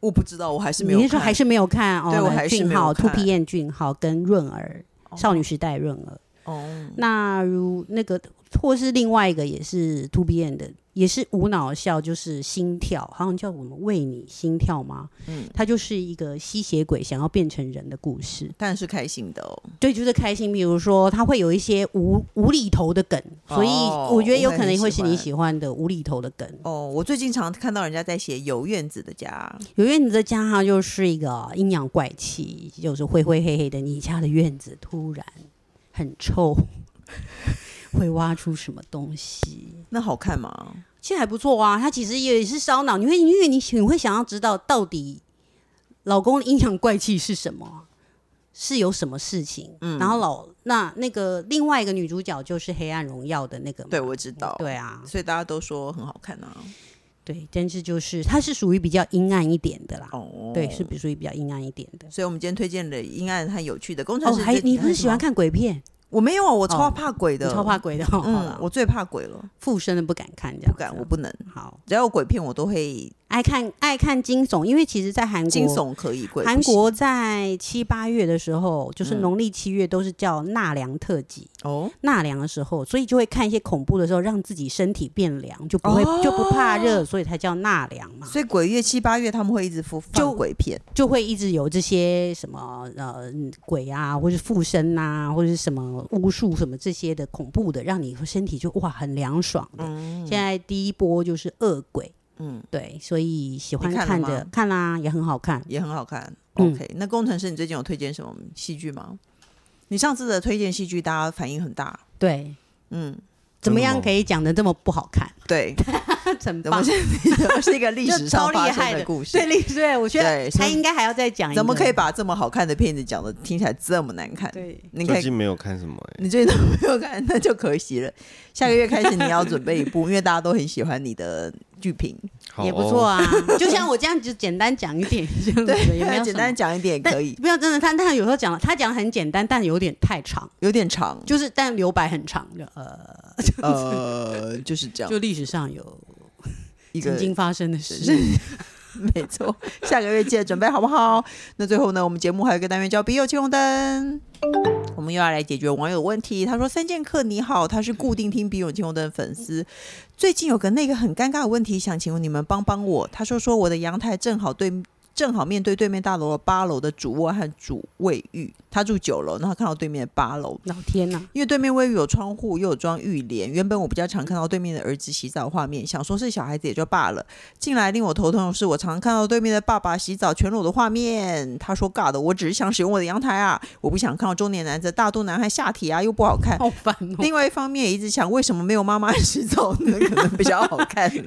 [SPEAKER 1] 我不知道，我还是没有
[SPEAKER 2] 你
[SPEAKER 1] 看。
[SPEAKER 2] 那时候还是没有看哦？
[SPEAKER 1] 对我还是
[SPEAKER 2] 俊
[SPEAKER 1] 没有
[SPEAKER 2] 浩、
[SPEAKER 1] 看
[SPEAKER 2] Two PM 俊浩跟润儿，少女时代润儿。
[SPEAKER 1] 哦，
[SPEAKER 2] 那如那个或是另外一个也是 To B N 的，也是无脑笑，就是心跳，好像叫我们为你心跳吗？嗯，它就是一个吸血鬼想要变成人的故事。
[SPEAKER 1] 当然是开心的哦。
[SPEAKER 2] 对，就是开心。比如说，它会有一些无无厘头的梗，所以
[SPEAKER 1] 哦
[SPEAKER 2] 我觉得有
[SPEAKER 1] 我
[SPEAKER 2] 可
[SPEAKER 1] 很
[SPEAKER 2] 能会
[SPEAKER 1] 喜
[SPEAKER 2] 是你
[SPEAKER 1] 欢
[SPEAKER 2] 喜欢的无厘头的梗。
[SPEAKER 1] 哦，我最近常看到人家在写有院子的家，
[SPEAKER 2] 有院子的家，它就是一个阴阳怪气，就是灰灰黑黑的。你家的院子突然很臭， <laughs> 会挖出什么东西？
[SPEAKER 1] 那好看吗？
[SPEAKER 2] 其实还不错啊，它其实也是烧脑，你会因为你你会想要知道到底老公的阴阳怪气是什么啊，是有什么事情。
[SPEAKER 1] 嗯
[SPEAKER 2] 然后老那那个另外一个女主角就是《黑暗荣耀》的那个嘛，
[SPEAKER 1] 对，我知道。，
[SPEAKER 2] 对啊，
[SPEAKER 1] 所以大家都说很好看啊。
[SPEAKER 2] 对，但是就是它是属于比较阴暗一点的啦，
[SPEAKER 1] 哦，
[SPEAKER 2] 对，是比属于比较阴暗一点的。
[SPEAKER 1] 所以我们今天推荐的阴暗和有趣的工程
[SPEAKER 2] 哦，
[SPEAKER 1] 师、
[SPEAKER 2] 还你不是喜欢？看鬼片？
[SPEAKER 1] 我没有啊，我超
[SPEAKER 2] 哦
[SPEAKER 1] 怕鬼
[SPEAKER 2] 你
[SPEAKER 1] 的，
[SPEAKER 2] 超怕。鬼的，好啊
[SPEAKER 1] 嗯
[SPEAKER 2] 了，，
[SPEAKER 1] 我最怕鬼了，
[SPEAKER 2] 附身的不敢看，这样
[SPEAKER 1] 不
[SPEAKER 2] 子
[SPEAKER 1] 敢，我不能。
[SPEAKER 2] 好
[SPEAKER 1] 只要有鬼片，我都会
[SPEAKER 2] 爱看爱看惊悚，因为其实，在韩国
[SPEAKER 1] 惊悚可以鬼不行。嗯
[SPEAKER 2] 韩国在七八月的时候，就是农历七月，都是叫纳凉特辑。
[SPEAKER 1] 哦，
[SPEAKER 2] 纳凉的时候，所以就会看一些恐怖的时候，让自己身体变凉，就不会、就不怕
[SPEAKER 1] 哦
[SPEAKER 2] 热，所以才叫纳凉嘛。
[SPEAKER 1] 所以鬼月七八月他们会一直放
[SPEAKER 2] 就
[SPEAKER 1] 放鬼片。
[SPEAKER 2] 就会一直有这些什么呃嗯鬼啊，或是附身啊，或者是什么巫术什么这些的恐怖的，让你身体就哇很凉爽的。现在第一波就是恶鬼，
[SPEAKER 1] 嗯，
[SPEAKER 2] 对，所以喜欢
[SPEAKER 1] 你看了
[SPEAKER 2] 看
[SPEAKER 1] 吗
[SPEAKER 2] 的看啦、也很好看。
[SPEAKER 1] 也很好看。
[SPEAKER 2] 嗯
[SPEAKER 1] OK，、那工程师，你最近有推荐什么戏剧吗？你上次的推荐戏剧，大家反应很大。
[SPEAKER 2] 对，
[SPEAKER 1] 嗯，
[SPEAKER 2] 怎么
[SPEAKER 3] 真的
[SPEAKER 2] 样
[SPEAKER 3] 吗
[SPEAKER 2] 可以讲的这么不好看？ <laughs>
[SPEAKER 1] 对，
[SPEAKER 2] 真
[SPEAKER 1] 我
[SPEAKER 2] 棒
[SPEAKER 1] 们！这是一个历
[SPEAKER 2] <laughs> 就
[SPEAKER 1] 史
[SPEAKER 2] 超
[SPEAKER 1] 上
[SPEAKER 2] 厉
[SPEAKER 1] 发生
[SPEAKER 2] 害的
[SPEAKER 1] 故事。
[SPEAKER 2] 对，历史对我觉
[SPEAKER 1] 对
[SPEAKER 2] 得
[SPEAKER 1] 所
[SPEAKER 2] 他
[SPEAKER 1] 以
[SPEAKER 2] 应该还要再讲一个。
[SPEAKER 1] 怎么可以把这么好看的片子讲的听起来这么难看？
[SPEAKER 2] 对？
[SPEAKER 1] 你可
[SPEAKER 3] 最
[SPEAKER 1] 以
[SPEAKER 3] 近没有看什么、欸，
[SPEAKER 1] 你最近都没有看，那就可惜
[SPEAKER 2] <laughs>
[SPEAKER 1] 了。下个月开始你要准备一部，因为大家都很喜欢你的剧评，
[SPEAKER 3] 好、哦、
[SPEAKER 2] 也不错啊，就像我这样子简单讲一 <laughs> 点，这样子也没有
[SPEAKER 1] 简
[SPEAKER 2] 什
[SPEAKER 1] 单
[SPEAKER 2] 么
[SPEAKER 1] 讲一点也
[SPEAKER 2] 但
[SPEAKER 1] 可以，
[SPEAKER 2] 不要真的他，但有时候讲他讲得很简单，但有点太长，
[SPEAKER 1] 有点
[SPEAKER 2] <laughs>
[SPEAKER 1] 长，
[SPEAKER 2] 就是但留白很长的，呃，
[SPEAKER 1] 呃，就是这样
[SPEAKER 2] 就历史上有
[SPEAKER 1] 一个
[SPEAKER 2] 曾经发生的事。
[SPEAKER 1] <laughs> 没错，下个月记得准备好不好？那最后呢，我们节目还有一个单元叫“笔友青红灯”，我们又要来解决网友问题。他说：“三剑客你好，他是固定听笔友青红灯的粉
[SPEAKER 2] <laughs>
[SPEAKER 1] 丝，最近有个那个很尴尬的问题，想请问你们帮帮我。”他说：“说我的阳台正好对。”正好面对对面大楼的八楼的主卧和主卫浴，他住九楼，然后看到对面的八楼，
[SPEAKER 2] 老天啊呐、
[SPEAKER 1] 因为对面卫浴有窗户，又有装浴帘。原本我比较常看到对面的儿子洗澡画面，想说是小孩子也就罢了。近来令我头痛的是，我常看到对面的爸爸洗澡全裸的画面。他说尬的，我只是想使用我的阳台啊，我不想看到中年男子的大肚腩和下体啊，又不好看。
[SPEAKER 2] 好烦 <laughs> 哦！
[SPEAKER 1] 另外一方面也一直想，为什么没有妈 <laughs> 妈洗澡呢？可能比较好看。 <laughs>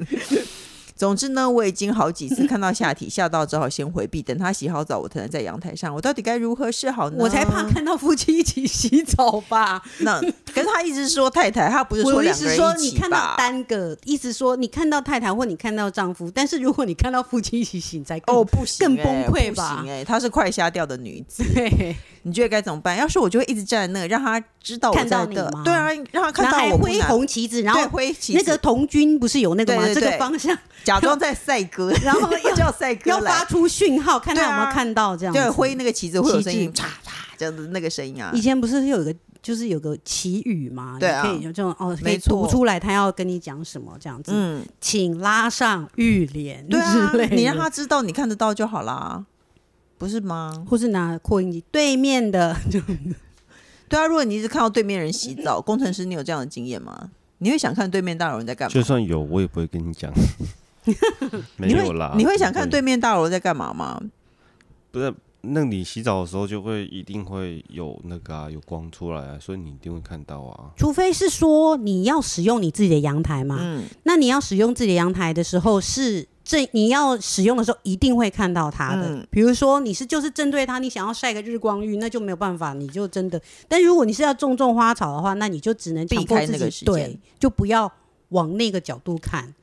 [SPEAKER 1] 总之呢，我已经好几次看到下体，吓到只好先回避。等他洗好澡，我才能在阳台上。我到底该如何是好呢？
[SPEAKER 2] 我才怕看到夫妻一起洗澡吧。 <laughs>
[SPEAKER 1] 那可是他一直说太太，他不是
[SPEAKER 2] 我
[SPEAKER 1] 说
[SPEAKER 2] 的意
[SPEAKER 1] 两个
[SPEAKER 2] 思
[SPEAKER 1] 人
[SPEAKER 2] 说，
[SPEAKER 1] 一
[SPEAKER 2] 你
[SPEAKER 1] 起
[SPEAKER 2] 看到
[SPEAKER 1] 吧？
[SPEAKER 2] 单个，意思说你看到太太或你看到丈夫，但是如果你看到夫妻一起洗，你才更
[SPEAKER 1] 哦，不行、
[SPEAKER 2] 嗯更崩溃吧
[SPEAKER 1] 不行哎、她是快瞎掉的女子，
[SPEAKER 2] 对，
[SPEAKER 1] 你觉得该怎么办？要是我就会一直站在那，让她知道我
[SPEAKER 2] 看到
[SPEAKER 1] 在
[SPEAKER 2] 你
[SPEAKER 1] 的
[SPEAKER 2] 吗，
[SPEAKER 1] 对啊，让她看
[SPEAKER 2] 然后
[SPEAKER 1] 到
[SPEAKER 2] 还
[SPEAKER 1] 我不
[SPEAKER 2] 挥
[SPEAKER 1] 拿，
[SPEAKER 2] 红旗子，然
[SPEAKER 1] 对
[SPEAKER 2] 后
[SPEAKER 1] 挥旗子，
[SPEAKER 2] 那个童军不是有那个吗？
[SPEAKER 1] 对对
[SPEAKER 2] 这
[SPEAKER 1] 对
[SPEAKER 2] 个方向
[SPEAKER 1] 假装在赛鸽，
[SPEAKER 2] <laughs> 然后
[SPEAKER 1] <laughs>
[SPEAKER 2] 要
[SPEAKER 1] 叫赛鸽
[SPEAKER 2] 要
[SPEAKER 1] 来
[SPEAKER 2] 发出讯号，看他
[SPEAKER 1] 对啊
[SPEAKER 2] 有没有看到这样子。
[SPEAKER 1] 对挥那个旗子会有声音，
[SPEAKER 2] 旗
[SPEAKER 1] 嚓嚓这样子那个声音啊
[SPEAKER 2] 以。前不是有一个就是有个祈语嘛，
[SPEAKER 1] 对啊
[SPEAKER 2] 你可以有这种哦，可
[SPEAKER 1] 没
[SPEAKER 2] 以
[SPEAKER 1] 错
[SPEAKER 2] 读出来他要跟你讲什么这样子，
[SPEAKER 1] 嗯，
[SPEAKER 2] 请拉上浴帘
[SPEAKER 1] 对啊
[SPEAKER 2] <laughs> 之类，的，
[SPEAKER 1] 你让她知道你看得到就好啦，不是吗？
[SPEAKER 2] 或是拿扩音机对面的就
[SPEAKER 1] 对啊，如果你一直看到对面人洗澡，工程师你有这样的经验吗？你会想看对面大楼人在干嘛？
[SPEAKER 3] 哦就算有，我也不会跟
[SPEAKER 1] <laughs>
[SPEAKER 3] 你讲。没
[SPEAKER 1] 你
[SPEAKER 3] 有
[SPEAKER 1] 会
[SPEAKER 3] 啦，
[SPEAKER 1] 你会
[SPEAKER 3] 不
[SPEAKER 1] 想看对面大楼在干嘛吗？
[SPEAKER 3] 不是？那你洗澡的时候就会一定会有那个啊，有光出来啊，所以你一定会看到啊。
[SPEAKER 2] 除非是说你要使用你自己的阳台嘛，
[SPEAKER 1] 嗯
[SPEAKER 2] 那你要使用自己的阳台的时候是。这你要使用的时候一定会看到它的，
[SPEAKER 1] 嗯
[SPEAKER 2] 比如说你是就是针对它，你想要晒个日光浴，那就没有办法，你就真的。但如果你是要种种花草的话，那你就只能强
[SPEAKER 1] 避
[SPEAKER 2] 迫
[SPEAKER 1] 开
[SPEAKER 2] 自
[SPEAKER 1] 那个
[SPEAKER 2] 己
[SPEAKER 1] 时间
[SPEAKER 2] 对，就不要往那个角度看。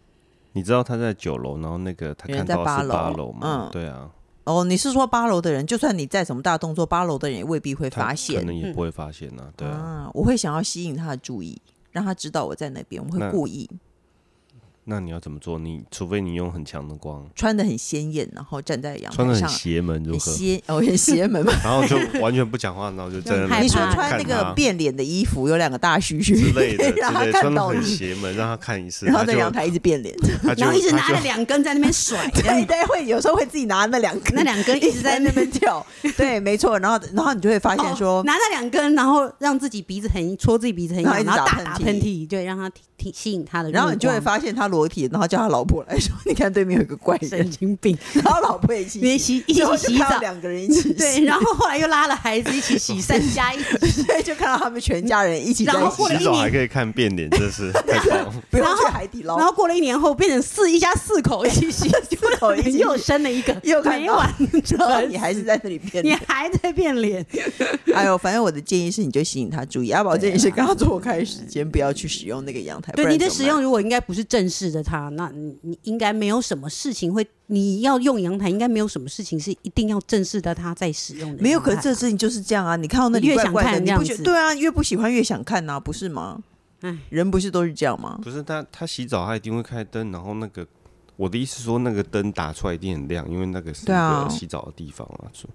[SPEAKER 3] 你知道他在九楼，然后那个他
[SPEAKER 1] 有
[SPEAKER 3] 看
[SPEAKER 1] 人在
[SPEAKER 3] 到是
[SPEAKER 1] 八
[SPEAKER 3] 八
[SPEAKER 1] 楼
[SPEAKER 3] 楼
[SPEAKER 1] 嗯
[SPEAKER 3] 吗？对啊，
[SPEAKER 1] 哦，你是说八楼的人，就算你再怎么大动作，八楼的人也未必会
[SPEAKER 3] 他
[SPEAKER 1] 发
[SPEAKER 3] 可
[SPEAKER 1] 现嗯
[SPEAKER 3] 能也不会发现啊。对啊，
[SPEAKER 1] 啊。我会想要吸引他的注意，让他知道我在那边，我会
[SPEAKER 3] 那
[SPEAKER 1] 故意。
[SPEAKER 3] 那你要怎么做？你除非你用很强的光，
[SPEAKER 1] 穿的很鲜艳，然后站在阳
[SPEAKER 3] 穿
[SPEAKER 1] 台
[SPEAKER 3] 的
[SPEAKER 1] 上
[SPEAKER 3] 很，邪门如
[SPEAKER 1] 很
[SPEAKER 3] 何？
[SPEAKER 1] 邪哦，很邪门
[SPEAKER 3] <laughs>
[SPEAKER 1] 嘛。
[SPEAKER 3] 然后就完全不讲话，然后就在那
[SPEAKER 2] 害
[SPEAKER 3] 边
[SPEAKER 1] 你
[SPEAKER 2] 怕
[SPEAKER 1] 说
[SPEAKER 2] 他
[SPEAKER 1] 穿那
[SPEAKER 3] 看啊
[SPEAKER 1] 个
[SPEAKER 3] 他
[SPEAKER 1] 变脸的衣服，有两个大须须，
[SPEAKER 3] 之类的
[SPEAKER 1] <laughs> 让
[SPEAKER 3] 之
[SPEAKER 1] 他
[SPEAKER 3] 类的，
[SPEAKER 1] 看
[SPEAKER 3] 穿的
[SPEAKER 1] 到
[SPEAKER 3] 很
[SPEAKER 1] 你，
[SPEAKER 3] 邪门，让他看一次，
[SPEAKER 1] 然后
[SPEAKER 3] 他
[SPEAKER 1] 在
[SPEAKER 3] 就
[SPEAKER 1] 阳台一直变
[SPEAKER 3] <laughs>
[SPEAKER 1] 脸。
[SPEAKER 3] 他就
[SPEAKER 2] 然后一直拿
[SPEAKER 3] 他
[SPEAKER 2] 着
[SPEAKER 3] 就
[SPEAKER 2] 两根在那
[SPEAKER 1] <laughs>
[SPEAKER 2] 边甩，这样
[SPEAKER 1] 对对，会有时候会自己拿那两根，
[SPEAKER 2] 那两根一直在
[SPEAKER 1] <laughs>
[SPEAKER 2] 那
[SPEAKER 1] 边
[SPEAKER 2] <laughs>
[SPEAKER 1] 跳。对，没错。然后然后你就会发现说，
[SPEAKER 2] 哦拿那两根，然后让自己鼻子很戳自己鼻子很
[SPEAKER 1] 然后
[SPEAKER 2] 痒，
[SPEAKER 1] 一直
[SPEAKER 2] 然后
[SPEAKER 1] 打
[SPEAKER 2] 大
[SPEAKER 1] 喷
[SPEAKER 2] 打
[SPEAKER 1] 嚏
[SPEAKER 2] 喷嚏，对，让他提提吸引他的目
[SPEAKER 1] 然
[SPEAKER 2] 光，
[SPEAKER 1] 后你就会发现他裸体，然后叫他老婆来说，你看对面有一个
[SPEAKER 2] <laughs>
[SPEAKER 1] 怪人
[SPEAKER 2] 神，经病，
[SPEAKER 1] 然后老婆也一起
[SPEAKER 2] 你洗一起
[SPEAKER 1] 然后就
[SPEAKER 2] 洗
[SPEAKER 1] 看到
[SPEAKER 2] 澡，
[SPEAKER 1] 两个人一起洗
[SPEAKER 2] <laughs> 对，然后后来又拉了孩子一起洗三加一起洗，
[SPEAKER 1] 对，就看到他们全家人一起在
[SPEAKER 2] 然后
[SPEAKER 1] 一起
[SPEAKER 2] 过了一
[SPEAKER 3] 洗澡
[SPEAKER 2] 年
[SPEAKER 3] 还可以看变脸，真是
[SPEAKER 1] <laughs>
[SPEAKER 3] 太棒了。
[SPEAKER 1] 不用
[SPEAKER 2] 然
[SPEAKER 1] 去
[SPEAKER 2] 后
[SPEAKER 1] 海底捞
[SPEAKER 2] 然， <laughs> 后过了一年后变成四一家四口一起洗，
[SPEAKER 1] 不头一起
[SPEAKER 2] 又生了一个，
[SPEAKER 1] 又看
[SPEAKER 2] 没
[SPEAKER 1] 到
[SPEAKER 2] 完，
[SPEAKER 1] 然后你还是在那里变
[SPEAKER 2] <laughs> 你
[SPEAKER 1] 脸。
[SPEAKER 2] 还在变脸，
[SPEAKER 1] 哎呦，反正我的建议是，你就吸引他注意，阿宝建议是跟他错开时间，不要去使用那个阳台。不
[SPEAKER 2] <laughs> 啊对
[SPEAKER 1] 然
[SPEAKER 2] 你的
[SPEAKER 1] 怎么
[SPEAKER 2] 使用，如果应该不是正式的它，那你你应该没有什么事情会，你要用阳台，应该没有什么事情是一定要正式的它在使用的。
[SPEAKER 1] 办没有，可是这事情就是这样啊！你看到那里
[SPEAKER 2] 你越
[SPEAKER 1] 怪
[SPEAKER 2] 想
[SPEAKER 1] 怪的
[SPEAKER 2] 看
[SPEAKER 1] 你
[SPEAKER 2] 这
[SPEAKER 1] 不
[SPEAKER 2] 样
[SPEAKER 1] 觉
[SPEAKER 2] 子哎
[SPEAKER 1] 对啊？越不喜欢越想看呐、不是吗？
[SPEAKER 2] 唉
[SPEAKER 1] 人不是都是这样吗？
[SPEAKER 3] 不是他，他洗澡他一定会开灯，然后那个我的意思说，那个灯打出来一定很亮，因为那个是一
[SPEAKER 1] 对啊
[SPEAKER 3] 个洗澡的地方啊。是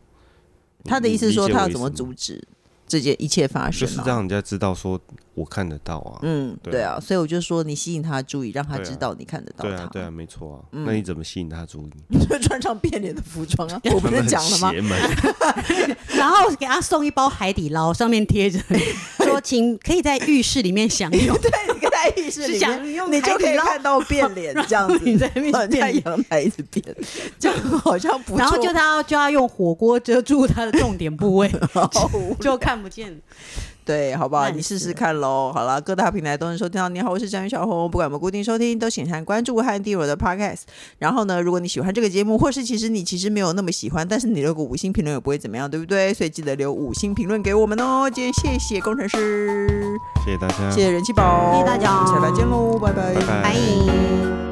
[SPEAKER 1] 他的意思是说，他要怎么？
[SPEAKER 3] 你理解我
[SPEAKER 1] 阻
[SPEAKER 3] 意思吗
[SPEAKER 1] 止这件一切发
[SPEAKER 3] 就
[SPEAKER 1] 生、啊？
[SPEAKER 3] 是让人家知道说我看得到啊。
[SPEAKER 1] 嗯，
[SPEAKER 3] 对
[SPEAKER 1] 对啊，所以我就说你吸引他的注意，让他
[SPEAKER 3] 对啊
[SPEAKER 1] 知道你看得到
[SPEAKER 3] 对
[SPEAKER 1] 他。嗯
[SPEAKER 3] 啊，对啊，没错啊。那你怎么吸引
[SPEAKER 1] <laughs>
[SPEAKER 3] 他注意？
[SPEAKER 1] 你 <laughs> 就穿上变脸的服装
[SPEAKER 3] <laughs>
[SPEAKER 1] 啊！我不是讲了吗
[SPEAKER 3] 他们很？邪门，
[SPEAKER 2] 然后给他送一包海底捞，上面贴着 <laughs> 说，请可以在浴室里面享 <laughs> 用。
[SPEAKER 1] 对， <laughs> 你跟在浴室里
[SPEAKER 2] 是想
[SPEAKER 1] 面，
[SPEAKER 2] 用
[SPEAKER 1] 你就可以
[SPEAKER 2] 海底捞
[SPEAKER 1] 看到变脸这样
[SPEAKER 2] <laughs>
[SPEAKER 1] 子，
[SPEAKER 2] 你在那边
[SPEAKER 1] 然后在
[SPEAKER 2] 变脸
[SPEAKER 1] 阳台一直变， <laughs> 这样好像不错。
[SPEAKER 2] 然后就他就要用火锅遮住他的重点
[SPEAKER 1] <laughs>
[SPEAKER 2] 部位，
[SPEAKER 1] 好无聊
[SPEAKER 2] 就看不见。
[SPEAKER 1] 对，好不好？
[SPEAKER 2] 烂
[SPEAKER 1] 你试
[SPEAKER 2] 死
[SPEAKER 1] 试
[SPEAKER 2] 了
[SPEAKER 1] 看喽。好了，各大平台都能收听到。你好，我是张云小红。不管我们固定收听，都请按关注和订阅我的 Podcast。然后呢，如果你喜欢这个节目，或是其实你其实没有那么喜欢，但是你留个五星评论也不会怎么样，对不对？所以记得留五星评论给我们哦。今天谢谢工程师，
[SPEAKER 3] 谢谢大家，
[SPEAKER 1] 谢谢人气宝，
[SPEAKER 2] 谢谢大家
[SPEAKER 3] 哎
[SPEAKER 1] 下礼拜见喽，拜
[SPEAKER 3] 拜拜
[SPEAKER 2] 拜。